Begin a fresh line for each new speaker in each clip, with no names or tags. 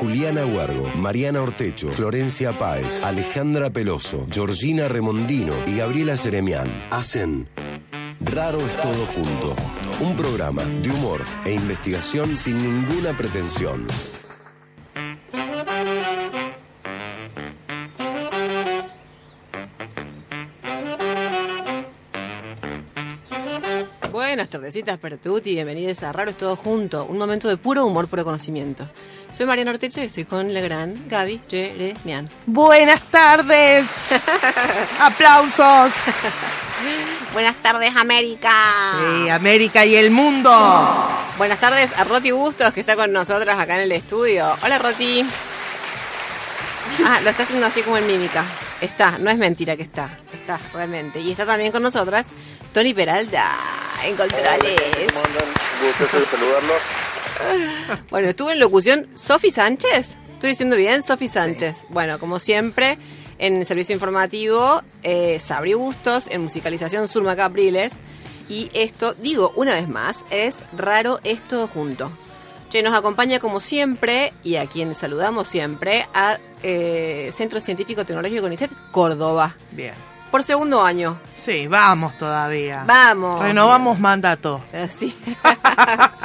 Juliana Huargo, Mariana Ortecho, Florencia Páez, Alejandra Peloso, Georgina Remondino y Gabriela Seremián hacen Raro es todo junto. Un programa de humor e investigación sin ninguna pretensión.
Buenas tardecitas, Pertuti, bienvenidos a Raros Todo Junto, un momento de puro humor, puro conocimiento. Soy Mariana Ortecho y estoy con la gran Gaby Jeremian.
Buenas tardes. Aplausos.
Buenas tardes, América.
Sí, América y el mundo.
Buenas tardes a Roti Bustos, que está con nosotras acá en el estudio. Hola, Roti. Ah, lo está haciendo así como en mímica. Está, no es mentira que está. Está, realmente. Y está también con nosotras Tony Peralta, en Controles.
Gustoso de saludarlos.
Bueno, estuvo en locución Sofi Sánchez. ¿Estoy diciendo bien? Sofi Sánchez. Bueno, como siempre, en el servicio informativo, eh, Sabri Bustos, en musicalización Zulma Capriles. Y esto, digo una vez más, es raro esto junto. Che, nos acompaña como siempre, y a quien saludamos siempre, a eh, Centro Científico Tecnológico CONICET E Córdoba.
Bien.
Por segundo año.
Sí, vamos todavía.
Vamos.
Ah. Renovamos mandato.
Eh, Sí.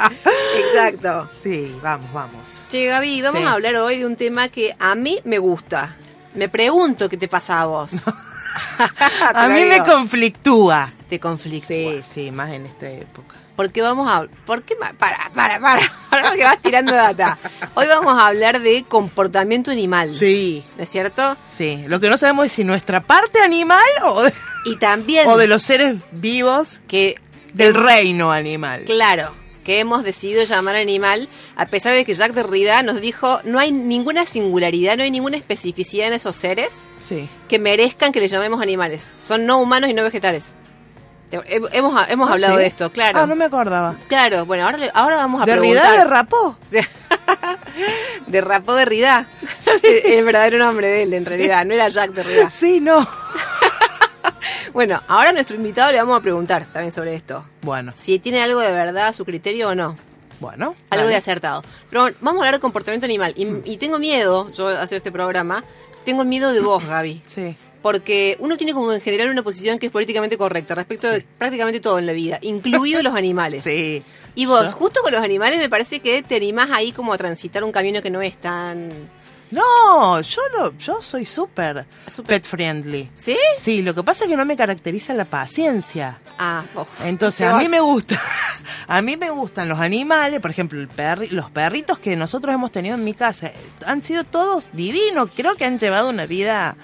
Exacto.
Sí, vamos, vamos.
Che, Gaby, vamos
Sí.
a hablar hoy de un tema que a mí me gusta. Me pregunto qué te pasa a vos. Ah, Te
A
lo
mí me
digo.
conflictúa.
te conflictúa.
Sí, sí, más en esta época.
este Porque vamos a... ¿Por qué? ma- Para, para, para. Para que vas tirando data. Hoy vamos a hablar de comportamiento animal.
Sí.
¿No es cierto?
Sí, lo que no sabemos es si nuestra parte animal o de,
Y también
o de los seres vivos
que,
del reino animal.
claro, que hemos decidido llamar animal, a pesar de que Jacques Derrida nos dijo no hay ninguna singularidad, no hay ninguna especificidad en esos seres.
Sí.
que merezcan que les llamemos animales. Son no humanos y no vegetales. Te- he- Hemos, hemos hablado
¿Sí?
de esto, claro.
Ah, no me acordaba.
Claro, bueno, ahora, le- ahora vamos a
¿De realidad
preguntar.
derrapó?
Derrapó Derrida. Sí, El verdadero nombre de él, en realidad. No era Jacques Derrida.
Sí, no.
Bueno, ahora a nuestro invitado le vamos a preguntar también sobre esto.
Bueno,
Si tiene algo de verdad a su criterio o no.
bueno.
Algo de
dale. Mm.
acertado. Pero bueno, vamos a hablar de comportamiento animal. Y, y tengo miedo, yo a hacer este programa, tengo miedo de vos, Gaby.
Sí.
Porque uno tiene como en general una posición que es políticamente correcta respecto de prácticamente todo en la vida, incluidos los animales.
Sí.
Y vos,
Yo-
justo con los animales, me parece que te animás ahí como a transitar un camino que no es tan...
No, yo lo, yo soy súper
Súper.
pet friendly.
¿Sí?
Sí, lo que pasa es que no me caracteriza la paciencia.
Ah, oh,
Entonces,
qué
a mí
va-
me gusta. A mí me gustan los animales, por ejemplo, el perri- los perritos que nosotros hemos tenido en mi casa. eh, Han sido todos divinos. Creo que han llevado una vida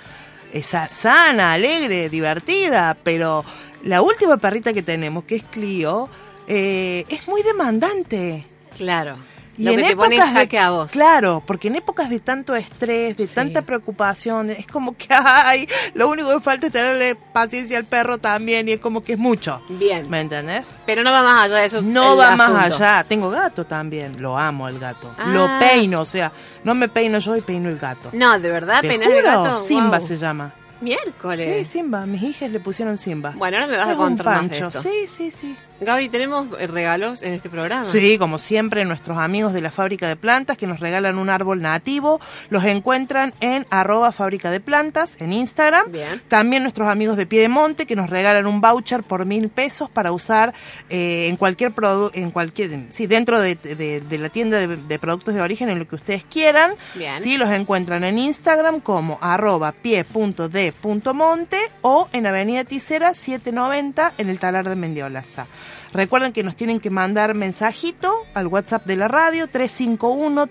eh, sa- sana, alegre, divertida. Pero la última perrita que tenemos, que es Clio, eh, es muy demandante.
Claro.
Y
Lo que
en
te pone en
épocas de-
jaque a vos.
Claro, porque en épocas de tanto estrés, de
Sí.
tanta preocupación, es como que ay, lo único que falta es tenerle paciencia al perro también y es como que es mucho.
Bien.
¿Me entendés?
Pero no va más allá de eso.
No
el
va más
asunto.
allá. Tengo gato también. Lo amo al gato.
Ah.
Lo peino, o sea, no me peino yo y peino el gato.
No, de verdad,
Te
penal de
juro,
gato.
Simba
Guau.
se llama. Sí,
Miércoles.
Simba. Mis hijas le pusieron Simba.
Bueno, ahora me vas a
Es un
contar más de
pancho.
esto.
Sí, sí, sí.
Gaby, tenemos eh, regalos en este programa.
Sí, como siempre, nuestros amigos de la fábrica de plantas que nos regalan un árbol nativo, los encuentran en arroba fábrica de plantas en Instagram.
Bien.
También nuestros amigos de Piedemonte que nos regalan un voucher por mil pesos para usar eh, en cualquier producto, en cualquier, sí, dentro de, de- de la tienda de, de productos de origen, en lo que ustedes quieran.
Bien.
Sí, los encuentran en Instagram como arroba pie.d.monte o en Avenida Ticera 790 en el Talar de Mendiolaza. Recuerden que nos tienen que mandar mensajito al WhatsApp de la radio 351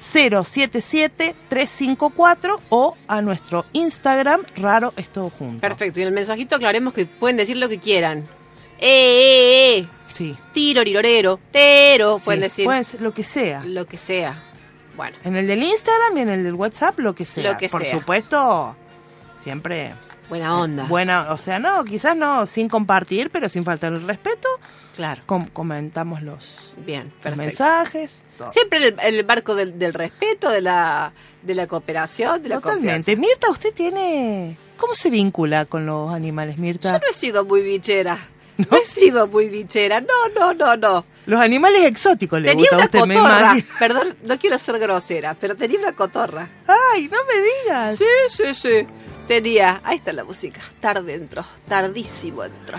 3077 354 o a nuestro Instagram raro es todo junto.
Perfecto. Y en el mensajito aclaremos que pueden decir lo que quieran. ¡Eh, eh, eh!
Sí.
tiro, rirorero, pero,
sí, pues.
pueden decir
pueden ser lo que sea.
lo que sea. Bueno,
En el del Instagram y en el del WhatsApp lo que sea.
Lo que
Por
sea.
supuesto, siempre
buena onda.
Buena, o sea, no, quizás no sin compartir, pero sin faltar el respeto,
claro.
com- comentamos los,
Bien,
los
perfecto.
mensajes. todo.
Siempre el, el barco del, del respeto, de la, de la cooperación, de la
Totalmente.
confianza.
Mirta, usted tiene... ¿Cómo se vincula con los animales,
Yo
Mirta?
no he sido muy bichera. No, he sido muy bichera. No, no, no, no.
Los animales exóticos le
Tenía
gusta a
una
usted, me
cotorra.
imagino.
Perdón, no quiero ser grosera, pero tenía una cotorra.
Ay, no me digas.
Sí, sí, sí. Tenía. Ahí está la música. Tarde entró. Tardísimo entró.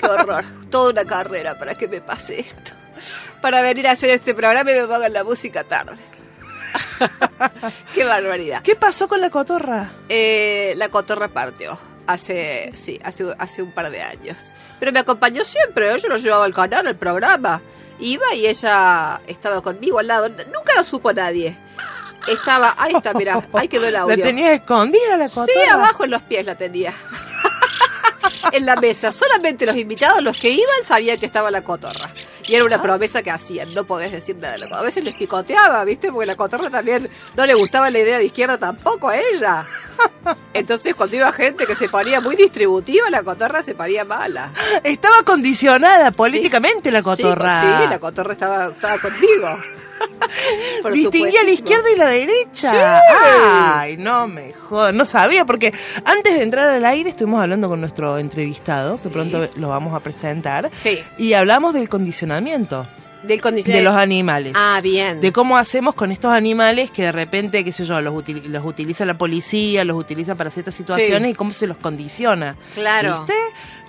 Qué horror. Toda una carrera para que me pase esto. Para venir a hacer este programa y me pongan la música tarde. Qué barbaridad.
¿Qué pasó con la cotorra?
Eh, la cotorra partió. Hace, sí, hace, hace un par de años. Pero me acompañó siempre. ¿eh? Yo lo llevaba al canal, al programa. Iba y ella estaba conmigo al lado. Nunca lo supo nadie. Estaba, ahí está, mirá. Ahí quedó el audio.
La tenías escondida la cotorra.
Sí, abajo en los pies la tenía. en la mesa. Solamente los invitados, los que iban, sabían que estaba la cotorra. Y era
Ah.
una promesa que hacían, no podés decir nada de la cotorra. A veces les picoteaba, ¿viste? Porque la cotorra también no le gustaba la idea de izquierda tampoco a ella. Entonces, cuando iba gente que se ponía muy distributiva, la cotorra se ponía mala.
Estaba condicionada políticamente la
Sí,
cotorra.
Sí, la cotorra estaba, estaba conmigo. Por
Distinguía la
supuestísimo.
izquierda y la derecha.
Sí.
Ay, no me jodas. No sabía, porque antes de entrar al aire estuvimos hablando con nuestro entrevistado, que
Sí.
pronto lo vamos a presentar.
Sí,
Y hablamos del condicionamiento
del
de los
condicionamiento.
animales.
Ah, bien.
de cómo hacemos con estos animales que de repente, qué sé yo, los, util- los utiliza la policía, los utiliza para ciertas situaciones y cómo se los condiciona.
Claro.
¿Viste?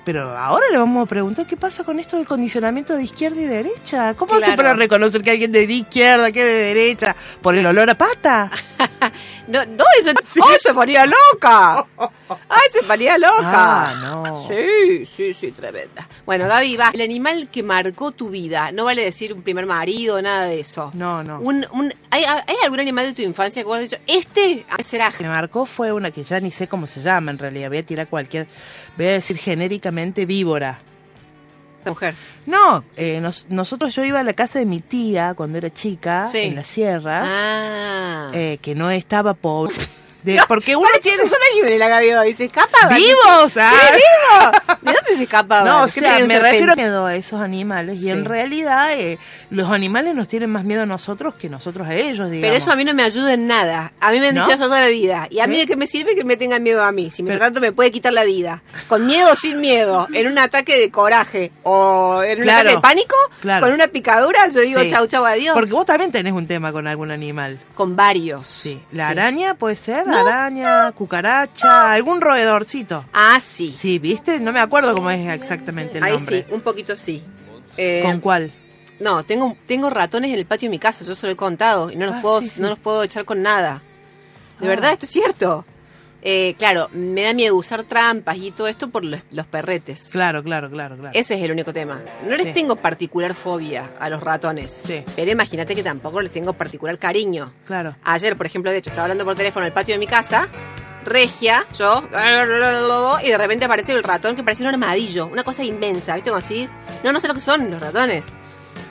Pero ahora le vamos a preguntar qué pasa con esto del condicionamiento de izquierda y derecha. ¿Cómo hace
Claro.
para reconocer que alguien de izquierda, que de derecha? ¿Por el olor a pata?
No, no, ella ¡Ay, se ponía loca! ¡Ay, se ponía loca!
Ah, no.
Sí, sí, sí, tremenda. Bueno, Gaby, va. El animal que marcó tu vida, no vale decir un primer marido, nada de eso.
No, no.
Un, un- ¿hay, hay algún animal de tu infancia que vos has dicho, este será...
que me marcó fue una que ya ni sé cómo se llama en realidad. Voy a tirar cualquier. Voy a decir genéricamente víbora.
mujer?
No, eh, nos- nosotros yo iba a la casa de mi tía cuando era chica,
Sí.
en la sierra.
Ah.
eh, que no estaba pobre. De-
No,
porque uno
parece
tiene.
sostenible la Gaby hoy, se escapaba.
¡Vivos! ah.
¿De dónde se escapaba?
No, o
¿Qué
sea,
tenía un
me refiero
serpente?
a miedo a esos animales. Y
Sí.
en realidad, eh, los animales nos tienen más miedo a nosotros que nosotros a ellos, digamos.
Pero eso a mí no me ayuda en nada. A mí me han
¿No?
dicho eso toda la vida. Y a mí
¿Sí?
de qué me sirve que me tengan miedo a mí. Si me
Pero-
tanto me puede quitar la vida. Con miedo o sin miedo. En un ataque de coraje. O en un
Claro,
ataque de pánico.
claro.
Con una picadura yo digo
Sí.
chau, chau, adiós.
Porque vos también tenés un tema con algún animal.
Con varios.
Sí. La araña puede ser, araña, cucaracha, algún roedorcito.
Ah, sí.
Sí, ¿viste? No me acuerdo cómo es exactamente el
Ahí
nombre.
sí, un poquito sí. Eh,
¿Con cuál?
No, tengo, tengo ratones en el patio de mi casa, yo se lo he contado, y no los,
Ah,
puedo,
sí, sí.
No los puedo echar con nada. De
Ah.
verdad, esto es cierto. Eh, claro, me da miedo usar trampas y todo esto por los, los perretes.
Claro, claro, claro, claro.
Ese es el único tema. No les
Sí.
tengo particular fobia a los ratones.
Sí.
Pero imagínate que tampoco les tengo particular cariño.
Claro.
Ayer, por ejemplo, de hecho, estaba hablando por teléfono en el patio de mi casa, regia, yo, y de repente aparece el ratón que parecía un armadillo, una cosa inmensa, ¿viste? Como así, no, no sé lo que son los ratones.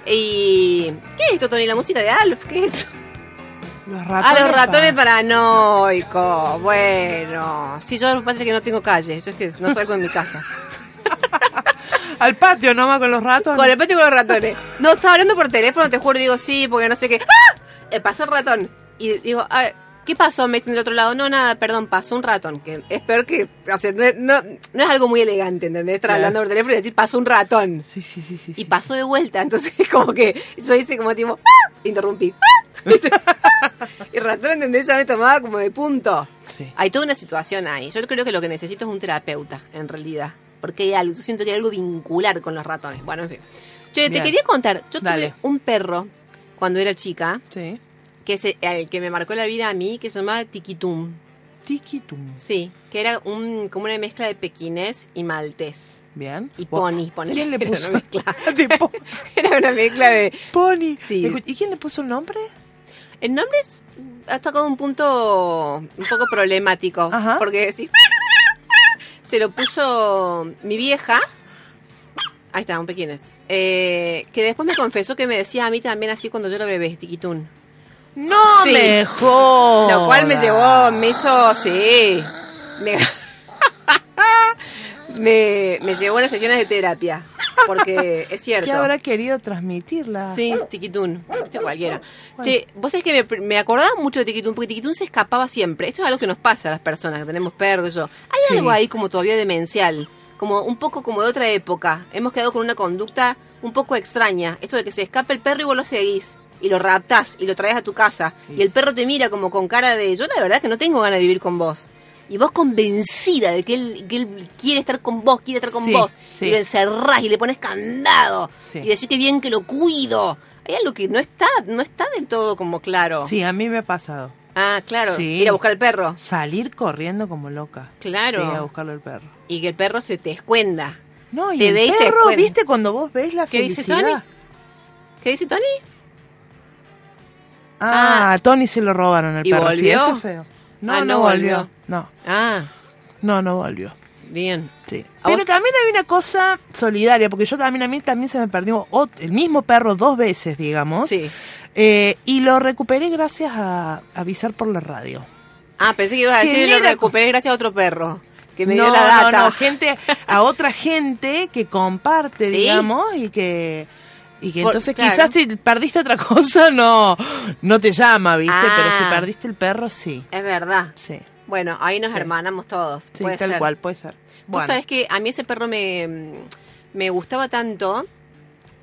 Y... ¿Qué es esto, Tony? ¿La música de Alf? ¿Qué es esto?
Los
A
ratones.
Ah, los ratones
pa-
paranoicos. Bueno, si yo lo que pasa es que no tengo calle, yo es que no salgo de mi casa.
Al patio nomás con los ratones.
Con el patio y con los ratones. No, estaba hablando por teléfono, te juro, digo sí, porque no sé qué. ¡Ah! Eh, pasó el ratón. Y digo, "Ah, ¿qué pasó? Me dicen del otro lado, no, nada, perdón, pasó un ratón. Que es peor que. O sea, no, es- no- no es algo muy elegante, ¿entendés? Estar
Claro.
hablando por teléfono y decir, pasó un ratón.
Sí, sí, sí, sí.
Y
sí.
pasó de vuelta, entonces como que yo hice como tipo, ¡Ah! interrumpí. ¡Ah! ¿Viste? y el ratón, ¿entendés? Ya me tomaba como de punto.
Sí.
Hay toda una situación ahí. Yo creo que lo que necesito es un terapeuta, en realidad. Porque hay algo, yo siento que hay algo vincular con los ratones. Bueno, en fin. Che, te
Bien.
quería contar. Yo
Dale.
tuve un perro cuando era chica,
Sí.
que es el que me marcó la vida a mí, que se llamaba Tiquitum.
Tiquitum.
Sí, que era un, como una mezcla de pequinés y maltés.
Bien.
Y
Bo-
pony, ponele.
¿Quién le
Era
puso?
una mezcla.
De po-
Era una mezcla de...
pony.
Sí.
Escu- ¿Y quién le puso el nombre?
El nombre es, ha tocado un punto un poco problemático.
Ajá.
Porque sí. Se lo puso mi vieja. Ahí está, un pequeñez. Eh, que después me confesó que me decía a mí también así cuando yo era bebé, tiquitún.
No
Sí.
mejor.
Lo cual me llevó, me hizo, sí. Me, me, me llevó a unas sesiones de terapia. Porque es cierto.
¿Qué habrá querido transmitirla?
Sí, Tiquitún, este cualquiera. Che, vos sabés que me, me acordaba mucho de Tiquitún, porque Tiquitún se escapaba siempre. Esto es algo que nos pasa a las personas que tenemos perros. y yo. Hay
Sí.
algo ahí como todavía demencial. como un poco como de otra época. Hemos quedado con una conducta un poco extraña. Esto de que se escape el perro y vos lo seguís. Y lo raptás y lo traes a tu casa. Y el perro te mira como con cara de yo la verdad que no tengo ganas de vivir con vos. Y vos convencida de que él, que él quiere estar con vos, quiere estar con
Sí,
vos.
sí.
Y lo encerrás y le pones candado.
Sí.
Y decís que bien que lo cuido. Hay algo que no está, no está del todo como claro.
Sí, a mí me ha pasado.
Ah, claro.
Sí.
Ir a buscar al perro.
Salir corriendo como loca.
Claro.
Sí, a buscarlo al perro.
Y que el perro se te escuenda.
No, y
Te
el
ve y se
perro,
escuenda.
¿viste cuando vos ves la
¿Qué dice
felicidad?
Tony? ¿Qué dice Tony?
Ah, a Tony se lo robaron el
¿Y
perro. Sí,
volvió?
eso es feo. No,
Ah,
no,
no
volvió.
volvió.
No,
Ah,
no, no volvió.
bien.
Sí.
¿A
Pero
vos-
también hay una cosa solidaria, porque yo también a mí también se me perdió ot- el mismo perro dos veces, digamos.
Sí.
Eh, y lo recuperé gracias a avisar por la radio.
Ah, pensé que ibas a decir lo
Genera-
recuperé gracias a otro perro que me
no,
dio la data.
no, no, gente, a otra gente que comparte,
Sí.
digamos, y que y que
Por-
entonces
claro.
quizás si perdiste otra cosa no no te llama, ¿viste? Pero
Ah.
si perdiste el perro sí.
Es verdad.
Sí.
Bueno, ahí nos
Sí.
hermanamos todos.
Sí,
puede
tal
ser.
cual, puede ser.
Vos sabés que a mí ese perro me, me gustaba tanto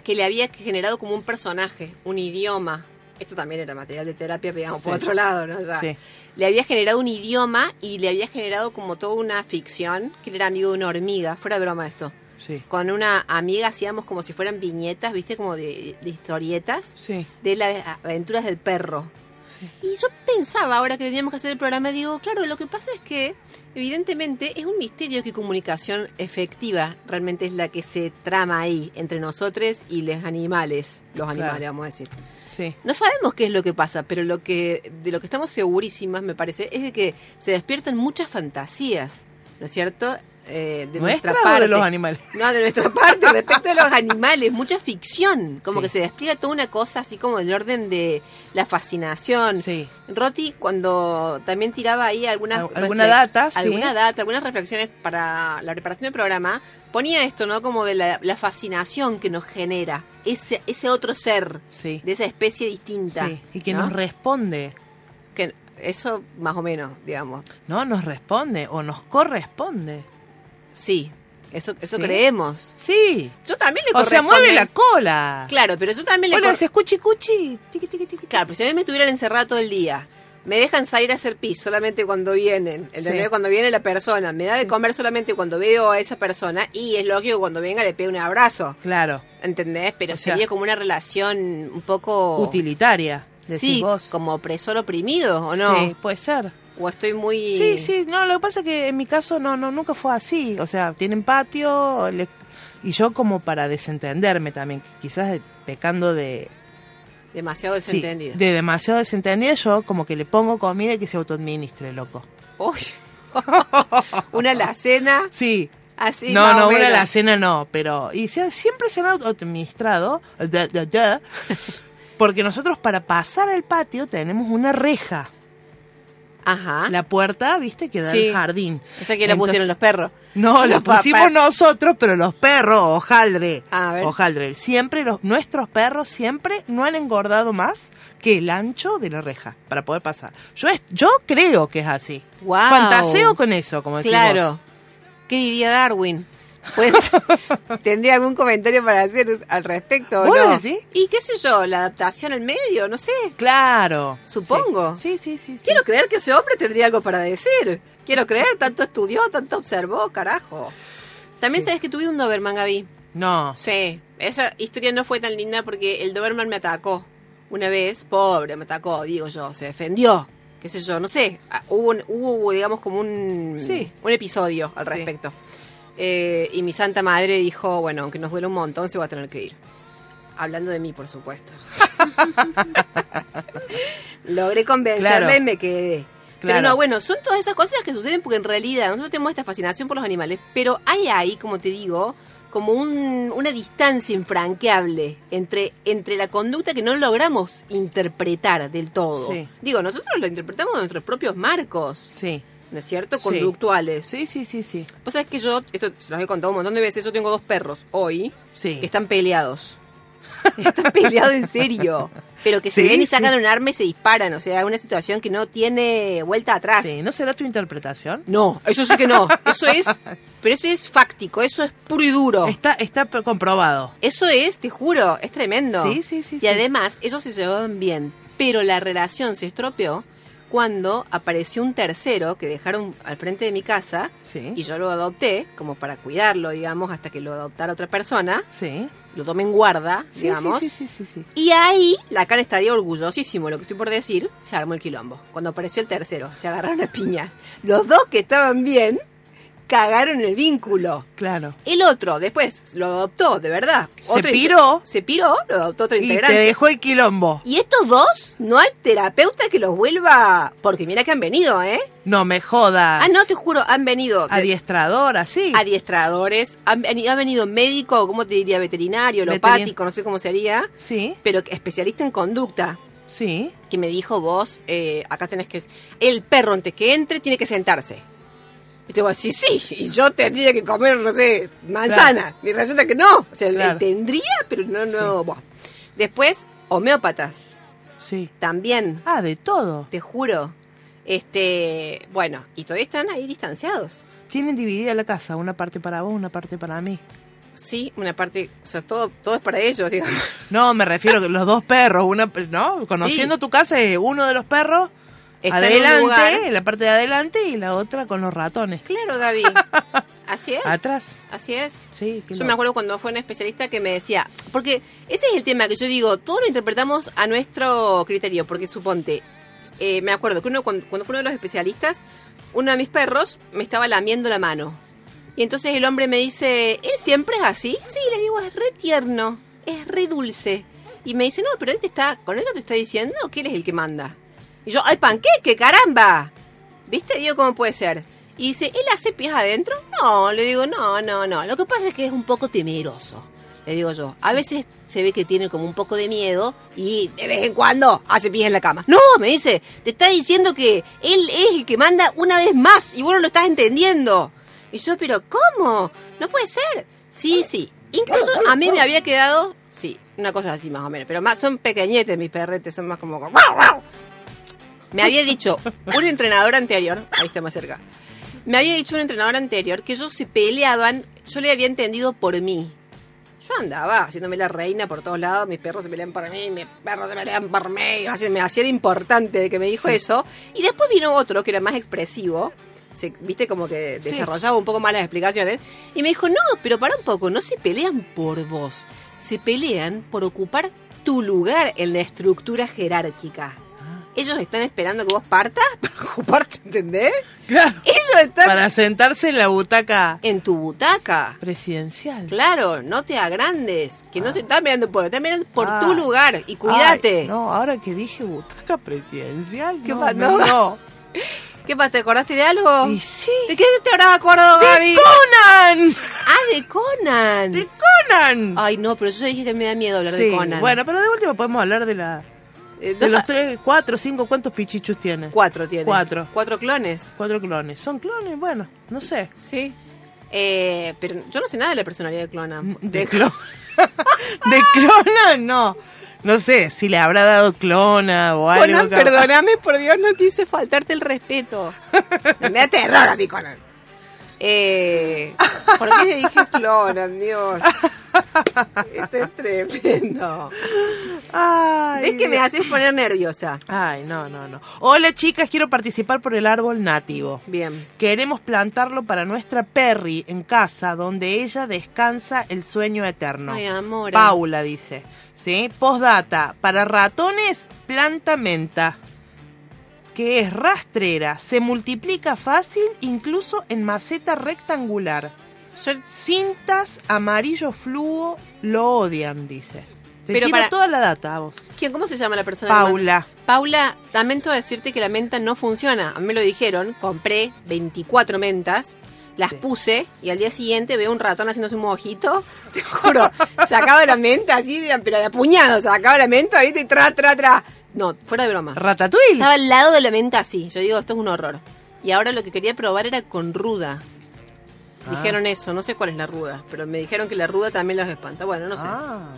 que le había generado como un personaje, un idioma. Esto también era material de terapia, digamos, por
Sí.
otro lado, ¿no? Ya.
Sí.
Le había generado un idioma y le había generado como toda una ficción, que él era amigo de una hormiga, fuera de broma esto.
Sí.
Con una amiga hacíamos como si fueran viñetas, viste, como de, de historietas
Sí.
de las aventuras del perro.
Sí.
Y yo pensaba, ahora que teníamos que hacer el programa, digo, claro, lo que pasa es que, evidentemente, es un misterio que comunicación efectiva realmente es la que se trama ahí, entre nosotros y los animales, los animales,
Claro.
vamos a decir.
Sí.
No sabemos qué es lo que pasa, pero lo que, de lo que estamos segurísimas, me parece, es de que se despiertan muchas fantasías, ¿no es cierto? Eh, de nuestra
¿Nuestra o de
parte.
los animales?
No, de nuestra parte, respecto a los animales, mucha ficción. Como
Sí.
que se despliega toda una cosa así como del orden de la fascinación.
Sí.
Roti, cuando también tiraba ahí algunas
Al- alguna
reflex-
data, sí.
alguna data, algunas reflexiones para la preparación del programa, ponía esto, ¿no? Como de la, la fascinación que nos genera ese, ese otro ser,
Sí.
de esa especie distinta.
Sí, y que
¿no?
nos responde,
Que eso más o menos, digamos.
¿no? Nos responde o nos corresponde.
Sí, eso, eso
Sí.
creemos.
Sí.
Yo también le
O sea,
corresponde-
mueve la cola.
Claro, pero yo también le
Hola,
cor-
se escuchi cuchi. Tiqui, tiqui, tiqui.
Claro, pero si a mí me estuvieran encerrada todo el día, me dejan salir a hacer pis solamente cuando vienen, ¿entendés?
Sí.
Cuando viene la persona, me da de comer solamente cuando veo a esa persona y es lógico que cuando venga le pego un abrazo,
Claro.
¿entendés? Pero
O sea,
sería como una relación un poco...
Utilitaria, decís
Oh. Sí,
vos.
como opresor oprimido, ¿o no?
Sí, puede ser.
O estoy muy...
Sí, sí, no, lo que pasa es que en mi caso no, no, nunca fue así. O sea, tienen patio le- y yo como para desentenderme también, quizás de- pecando de...
Demasiado
sí,
desentendida.
de demasiado desentendida, yo como que le pongo comida y que se autoadministre, loco.
Uy. una alacena,
Sí.
así
no,
más o
no, una
menos.
la cena no, pero... Y se- siempre se han autoadministrado, da, da, da, porque nosotros para pasar al patio tenemos una reja.
Ajá.
La puerta, viste, que da
Ah. Sí.
al jardín.
Esa que la
Entonces-
pusieron los perros.
No, la
Los papás.
pusimos nosotros, pero los perros, ojaldre.
A ver.
Ojaldre. Siempre, los, nuestros perros siempre no han engordado más que el ancho de la reja para poder pasar. Yo, es- yo creo que es así.
Guau.
Fantaseo con eso, como decís
Claro.
vos.
¿Qué diría Darwin? Pues tendría algún comentario para hacer al respecto. ¿o
¿Vos
no?
decís?
Y qué sé yo, la adaptación al medio, no sé.
Claro.
Supongo.
Sí, sí, sí. sí.
Quiero creer que ese hombre tendría algo para decir. Quiero creer, tanto estudió, tanto observó, carajo. También sabes que tuve un Doberman, Gaby.
No.
Sí, esa historia no fue tan linda porque el Doberman me atacó una vez, pobre, me atacó, digo yo, se defendió, qué sé yo, no sé, ah, hubo, un- hubo digamos, como un,
Sí.
un episodio al
Sí.
respecto. Eh, y mi santa madre dijo, bueno, aunque nos duele un montón, se va a tener que ir. Hablando de mí, por supuesto. Logré convencerla
Claro.
y me quedé.
Claro.
Pero no, bueno, son todas esas cosas que suceden porque en realidad nosotros tenemos esta fascinación por los animales, pero hay ahí, como te digo, como un- una distancia infranqueable entre, entre la conducta que no logramos interpretar del todo.
Sí.
Digo, nosotros lo interpretamos en nuestros propios marcos,
Sí.
¿no es cierto?
Sí.
Conductuales.
Sí, sí, sí, sí.
Vos sabés que yo, esto se los he contado un montón de veces, yo tengo dos perros hoy
Sí.
que están peleados. Están peleados en serio. Pero que se
Sí,
ven y
sí.
sacan un arma y se disparan. O sea, es una situación que no tiene vuelta atrás.
Sí, ¿no será tu interpretación?
No, eso sí que no. Eso es. Pero eso es fáctico, eso es puro y duro.
Está, está p- comprobado.
Eso es, te juro, es tremendo.
Sí, sí, sí,
Y
sí.
además, ellos se llevaban bien. Pero la relación se estropeó cuando apareció un tercero que dejaron al frente de mi casa
Sí.
y yo lo adopté, como para cuidarlo, digamos, hasta que lo adoptara otra persona.
Sí.
Lo tomé en guarda,
Sí,
digamos.
sí, sí, sí, sí, sí.
Y ahí, la cara estaría orgullosísimo, lo que estoy por decir, se armó el quilombo. Cuando apareció el tercero, se agarraron a piñas. Los dos que estaban bien, cagaron el vínculo.
Claro.
El otro, después, lo adoptó, de verdad.
Se
Otro inte-
piró.
Se piró, lo adoptó otro
Y te
integrante.
dejó el quilombo.
Y estos dos, no hay terapeuta que los vuelva... Porque mira que han venido, ¿eh?
No me jodas.
Ah, no, te juro, han venido... de-
Adiestradora, sí.
Adiestradores, han, han venido médico, ¿cómo te diría? Veterinario,
Veterin-
alopático, no sé cómo sería,
sí,
pero especialista en conducta.
sí.
que me dijo vos, eh, acá tenés que... El perro antes que entre tiene que sentarse. Y te voy a decir, sí, y yo tendría que comer, no sé, manzana. Y resulta que no. O sea,
Claro.
entendría, pero no, no. buah. Después, homeópatas,
Sí.
también,
Ah, de todo.
te juro. Este, bueno, y todavía están ahí distanciados.
Tienen dividida la casa, una parte para vos, una parte para mí.
Sí, una parte, o sea, todo, todo es para ellos, digamos.
No, me refiero que los dos perros, una, ¿no? Conociendo tu casa, eh, uno de los perros
Está en un
adelante,
lugar.
en la parte de adelante y la otra con los ratones.
Claro, David. Así es.
Atrás.
Así es.
Sí, qué
Yo
loco.
me acuerdo cuando fue un especialista que me decía, porque ese es el tema que yo digo, todo lo interpretamos a nuestro criterio, porque suponte, eh, me acuerdo que uno cuando, cuando fue uno de los especialistas, uno de mis perros me estaba lamiendo la mano. Y entonces el hombre me dice, ¿él siempre es así? Sí, le digo, es re tierno, es re dulce. Y me dice, no, pero él te está, con eso te está diciendo que él es el que manda. Y yo, ¡ay, panqueque, caramba! ¿Viste? Digo, ¿cómo puede ser? Y dice, ¿él hace pies adentro? No, le digo, no, no, no. Lo que pasa es que es un poco temeroso, le digo yo. A veces se ve que tiene como un poco de miedo y de vez en cuando hace pies en la cama. No, me dice, te está diciendo que él es el que manda una vez más y vos no lo estás entendiendo. Y yo, pero ¿cómo? No puede ser. Sí, sí. Incluso a mí me había quedado, sí, una cosa así más o menos. Pero más son pequeñetes mis perretes, son más como... Me había dicho un entrenador anterior, ahí está más cerca, me había dicho un entrenador anterior que ellos se peleaban, yo le había entendido por mí. Yo andaba haciéndome la reina por todos lados, mis perros se pelean por mí, mis perros se pelean por mí, así me hacía de importante de que me dijo eso. Y después vino otro que era más expresivo, se- viste como que
Sí.
desarrollaba un poco más las explicaciones, y me dijo, no, pero para un poco, no se pelean por vos, se pelean por ocupar tu lugar en la estructura jerárquica. Ellos están esperando que vos partas para ocuparte, ¿entendés?
Claro.
Ellos están
Para sentarse en la butaca
en tu butaca.
presidencial.
Claro, no te agrandes, que no se están mirando por, están mirando por
Ah.
tu lugar y cuídate.
Ay, no, ahora que dije butaca presidencial,
¿Qué
no,
pa-
no,
no?
no.
¿Qué pasa? ¿Te acordaste de algo?
Y sí.
¿De qué te habrás acordado, Gaby?
¡Conan!
Ah, de Conan.
¡De Conan!
Ay, no, pero yo ya dije que me da miedo hablar de
Sí,
Conan.
bueno, pero de última podemos hablar de la
Eh,
de
dos-
los tres, cuatro, cinco, ¿cuántos pichichus tiene?
Cuatro tiene.
Cuatro.
Cuatro clones.
Cuatro clones. ¿Son clones? Bueno, no sé.
Sí. Eh, pero yo no sé nada de la personalidad de Conan.
De, clon... de clona, no. No sé si le habrá dado clona o algo.
Conan,
capaz.
perdóname, por Dios, no quise faltarte el respeto. Me da terror a mí, Conan. Eh, ¿Por qué le dije Conan, Dios? Esto es tremendo.
Ay,
¿Ves que me
Dios.
haces poner nerviosa?
Ay, no, no, no. Hola chicas, quiero participar por el árbol nativo.
Bien.
Queremos plantarlo para nuestra Perry en casa, donde ella descansa el sueño eterno.
Ay, amor.
Paula dice. ¿Sí? Postdata. Para ratones, planta menta. Que es rastrera. Se multiplica fácil, incluso en maceta rectangular.
Yo-
Cintas amarillo fluo lo odian, dice. Te
Pero
tiro
para-
toda la data a vos.
¿quién, ¿Cómo se llama la persona?
Paula.
Paula, lamento decirte que la menta no funciona. A mí me lo dijeron, compré 24 mentas, las puse y al día siguiente veo un ratón haciéndose un mojito. Te juro, sacaba la menta así, de- pero de apuñado, sacaba la menta, ¿viste? Y tra, tra, tra. No, fuera de broma.
Ratatouille.
Estaba al lado de la menta así. Yo digo, esto es un horror. Y ahora lo que quería probar era con ruda. Dijeron eso, no sé cuál es la ruda, pero me dijeron que la ruda también los espanta. Bueno, no sé.
Ah.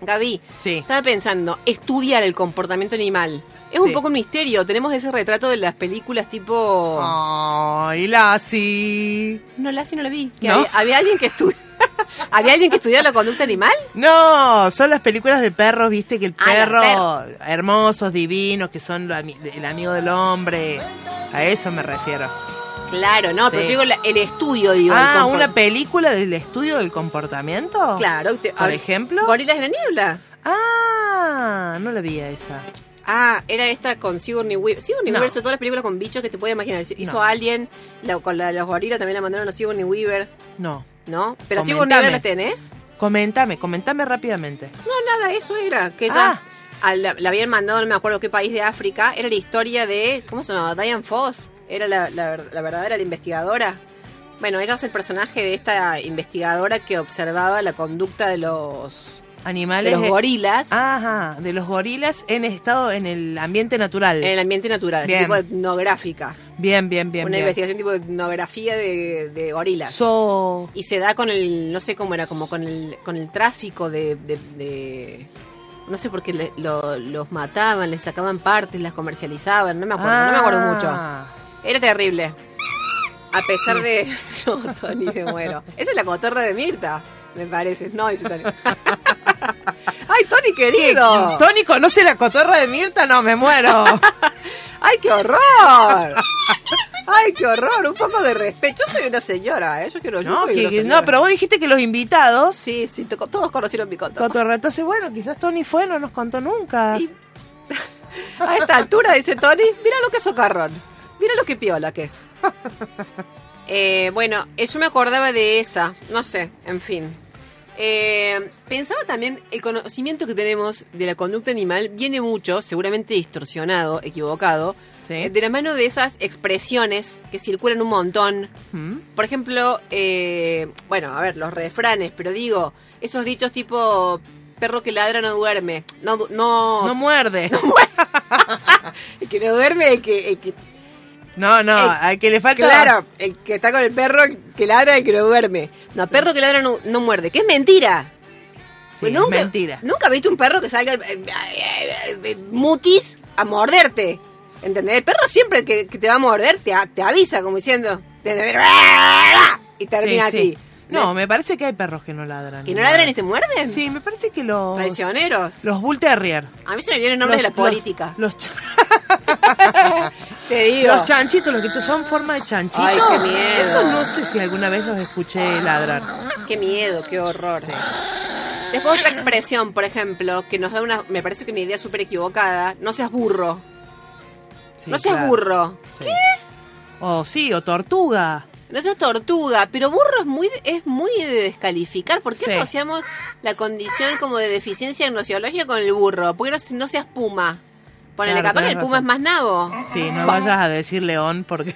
Gaby,
Sí.
estaba pensando, estudiar el comportamiento animal. Es un
Sí.
poco un misterio. Tenemos ese retrato de las películas tipo.
Ay, Lassie.
No, la sí no la vi. Que
¿No?
Había, había alguien que estu- ¿Había alguien que estudiara la conducta animal?
No, son las películas de perros, viste que el
Ah, los
perro, hermosos, divinos, que son lo ami- el amigo del hombre. A eso me refiero.
Claro, no, pero
Sí.
yo digo la- el estudio, digo. el
ah,
compor-
una película del estudio del comportamiento.
Claro. te-
Por
ahora-
ejemplo.
Gorilas en la niebla.
Ah, no la vi a esa.
Ah, era esta con Sigourney Weaver. Sigourney
No.
Weaver hizo todas las películas con bichos que te puedes imaginar. Hizo
No.
Alien, la- con la de los gorilas también la mandaron a Sigourney Weaver,
No.
¿no? Pero
Comentame.
Sigourney Weaver la tenés.
Comentame, comentame rápidamente.
No, nada, eso era. Que ella
Ah.
a la, la habían mandado, no me acuerdo qué país de África. Era la historia de. ¿Cómo se llamaba? Diane Foss. Era la, la ver- la verdadera, la investigadora. Bueno, ella es el personaje de esta investigadora que observaba la conducta de los, de
Animales. e-,
los gorilas
Ah, Ajá, de los gorilas en estado en el ambiente natural.
en el ambiente natural, así
Bien.
tipo etnográfica.
Bien, bien, bien.
una
bien.
investigación tipo de etnografía de, de gorilas.
So-
y se da con el, no sé cómo era, como con el, con el tráfico de... de- de- no sé por qué le- lo- los mataban, les sacaban partes, las comercializaban, no me acuerdo, Ah, no me acuerdo mucho.
Ah.
Era terrible. A pesar de... No, Tony, me muero. Esa es la cotorra de Mirta, me parece. No, dice Tony. ¡Ay, Tony,
¿Qué?
querido!
Tony conoce la cotorra de Mirta, no me muero.
¡Ay, qué horror! ¡Ay, qué horror! Un poco de respeto. Yo soy una señora, ¿eh? Yo quiero yo
no,
soy
que-
una
que-
señora.
no, pero vos dijiste que los invitados,
Sí, sí, to- todos conocieron mi cotorra.
cotorra, entonces bueno, quizás Tony fue, no nos contó nunca.
Y- A esta altura, dice Tony, mira lo que es socarrón. Mira lo que piola que es. Eh, bueno, eh, yo me acordaba de esa. No sé, en fin. Eh, pensaba también, el conocimiento que tenemos de la conducta animal viene mucho, seguramente distorsionado, equivocado,
Sí.
eh, de la mano de esas expresiones que circulan un montón.
¿Mm?
Por ejemplo, eh, bueno, a ver, los refranes, pero digo, esos dichos tipo perro que ladra no duerme. No, du- no,
No muerde.
el que no duerme, el que, el que
No, no,
Ey,
al que le falta.
claro, el que está con el perro el que ladra, el que no duerme. No, perro que ladra no, no muerde, que es mentira.
Sí,
Pues
es mentira.
Nunca viste un perro que salga eh, eh, eh, eh, mutis a morderte. ¿Entendés? El perro siempre que, que te va a morder te, a- te avisa como diciendo. ¿entendés? Y
Sí,
termina
sí.
así.
No, me parece que hay perros que no ladran.
ah, ¿Que no ladran y te muerden?
Sí, me parece que los.
Traicioneros.
Los Bull Terrier.
A mí se me viene el nombre
Los-
de la
los-
política.
Los, ch-
te digo.
los chanchitos, los que te- son forma de chanchito.
Ay, qué miedo.
Eso no sé si alguna vez los escuché ladrar.
Qué miedo, qué horror. Después otra expresión, por ejemplo, que nos da una, me parece que una idea súper equivocada. No seas burro.
Sí,
no seas
claro.
burro.
Sí. O sí, o tortuga.
No seas tortuga. Pero burro es muy, de- es muy de descalificar. ¿Por qué
Sí.
asociamos la condición como de deficiencia gnosiológica con el burro? Porque no, se- no seas puma. Ponele
Claro,
capaz que
tenés
el puma es
razón.
más nabo.
Sí, no vayas a decir león porque